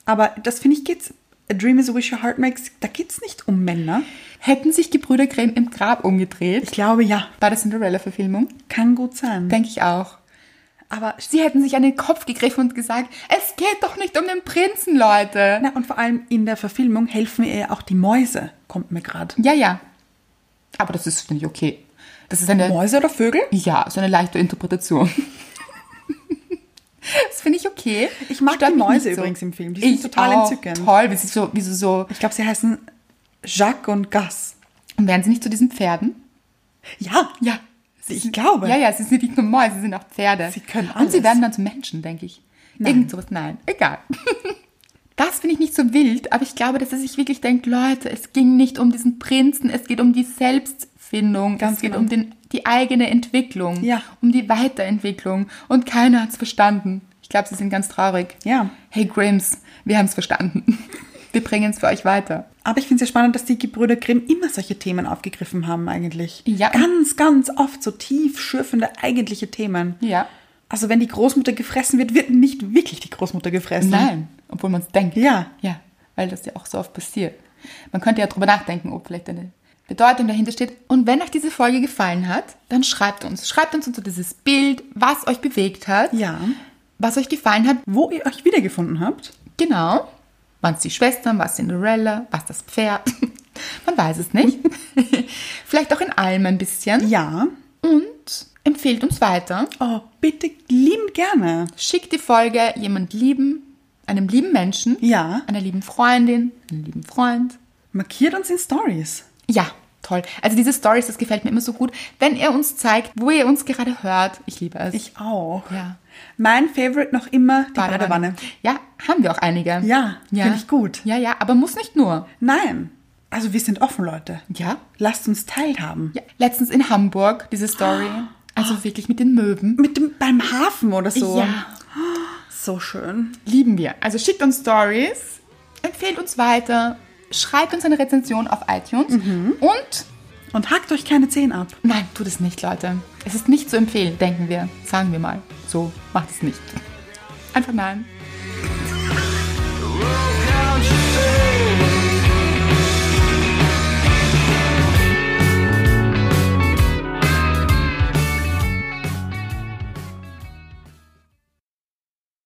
Speaker 2: Aber das finde ich geht's. A Dream is a Wish Your Heart Makes. Da geht es nicht um Männer.
Speaker 1: Hätten sich Gebrüder Grimm im Grab
Speaker 2: Ich
Speaker 1: umgedreht,
Speaker 2: glaube, ja,
Speaker 1: bei der Cinderella-Verfilmung,
Speaker 2: kann gut sein.
Speaker 1: denke ich auch.
Speaker 2: Aber
Speaker 1: Sie hätten sich an den Kopf gegriffen und gesagt, es geht doch nicht um den Prinzen, Leute.
Speaker 2: na, und vor allem in der Verfilmung helfen ihr ja auch die Mäuse, kommt mir gerade.
Speaker 1: Ja, ja. Aber das ist, finde ich, okay. Das ist eine,
Speaker 2: Mäuse oder Vögel?
Speaker 1: ja, so eine leichte
Speaker 2: *laughs*
Speaker 1: Interpretation. das finde ich okay.
Speaker 2: Ich mag die
Speaker 1: mich
Speaker 2: Mäuse
Speaker 1: nicht so.
Speaker 2: übrigens im Film. Die sind total
Speaker 1: auch.
Speaker 2: entzückend.
Speaker 1: Toll, wie sie so, wie sie so,
Speaker 2: Ich glaube, sie heißen Jacques und Gas.
Speaker 1: und werden sie nicht zu diesen Pferden?
Speaker 2: Ja,
Speaker 1: Ja.
Speaker 2: Also ich glaube.
Speaker 1: Ja, ja, es sind nicht nur Mäuse, sie sind auch Pferde.
Speaker 2: Sie können
Speaker 1: Und sie
Speaker 2: alles.
Speaker 1: werden dann zu Menschen, denke ich. Irgend sowas, nein, egal. *laughs* Das finde ich nicht so wild, aber ich glaube, dass er sich wirklich denkt, Leute, es ging nicht um diesen Prinzen, es geht um die Selbstfindung,
Speaker 2: Ganz
Speaker 1: es geht
Speaker 2: genau.
Speaker 1: um den, die eigene Entwicklung,
Speaker 2: Ja.
Speaker 1: um die Weiterentwicklung. Und keiner hat es verstanden. Ich glaube, sie sind ganz traurig.
Speaker 2: Ja.
Speaker 1: Hey Grimms, wir haben es verstanden. *laughs* Wir bringen es für euch weiter.
Speaker 2: Aber ich finde es sehr spannend, dass die Gebrüder Grimm immer solche Themen aufgegriffen haben eigentlich.
Speaker 1: Ja.
Speaker 2: Ganz, ganz oft so tief schürfende eigentliche Themen.
Speaker 1: Ja.
Speaker 2: Also wenn die Großmutter gefressen wird, wird nicht wirklich die Großmutter gefressen.
Speaker 1: Nein, obwohl man es denkt.
Speaker 2: Ja.
Speaker 1: Ja, weil das ja auch so oft passiert. Man könnte ja drüber nachdenken, ob vielleicht eine Bedeutung dahinter steht. Und wenn euch diese Folge gefallen hat, dann schreibt uns. Schreibt uns unter dieses Bild, was euch bewegt hat,
Speaker 2: Ja.
Speaker 1: was euch gefallen hat.
Speaker 2: Wo ihr euch wiedergefunden habt.
Speaker 1: Genau. Waren es die Schwestern, war es Cinderella, war es das Pferd? *laughs* Man weiß es
Speaker 2: *laughs*
Speaker 1: nicht. vielleicht auch in allem ein bisschen.
Speaker 2: Ja.
Speaker 1: Und empfehlt uns weiter.
Speaker 2: Oh, bitte lieben gerne.
Speaker 1: Schickt die Folge jemand lieben, einem lieben Menschen,
Speaker 2: Ja.
Speaker 1: einer lieben Freundin, einem lieben Freund.
Speaker 2: Markiert uns in Stories.
Speaker 1: Ja, toll. Also diese Stories, das gefällt mir immer so gut. Wenn ihr uns zeigt, wo ihr uns gerade hört, ich liebe es.
Speaker 2: Ich auch.
Speaker 1: Ja.
Speaker 2: Mein Favorite noch immer die Badewanne.
Speaker 1: Ja, haben wir auch einige.
Speaker 2: Ja, finde ich gut.
Speaker 1: Ja, ja, aber muss nicht nur.
Speaker 2: Nein. Also wir sind offen, Leute.
Speaker 1: Ja.
Speaker 2: Lasst uns teilhaben.
Speaker 1: ja. Letztens in Hamburg, diese Story. Also wirklich mit den Möwen.
Speaker 2: Mit dem, beim Hafen oder so.
Speaker 1: Ja,
Speaker 2: So schön.
Speaker 1: lieben wir. Also schickt uns Stories, empfehlt uns weiter, schreibt uns eine Rezension auf iTunes
Speaker 2: Mhm.
Speaker 1: und
Speaker 2: Und hackt euch keine Zehen ab.
Speaker 1: nein, tut es nicht, Leute. Es ist nicht zu empfehlen, denken wir. Sagen wir mal. So, macht es nicht. Einfach nein.
Speaker 4: Woke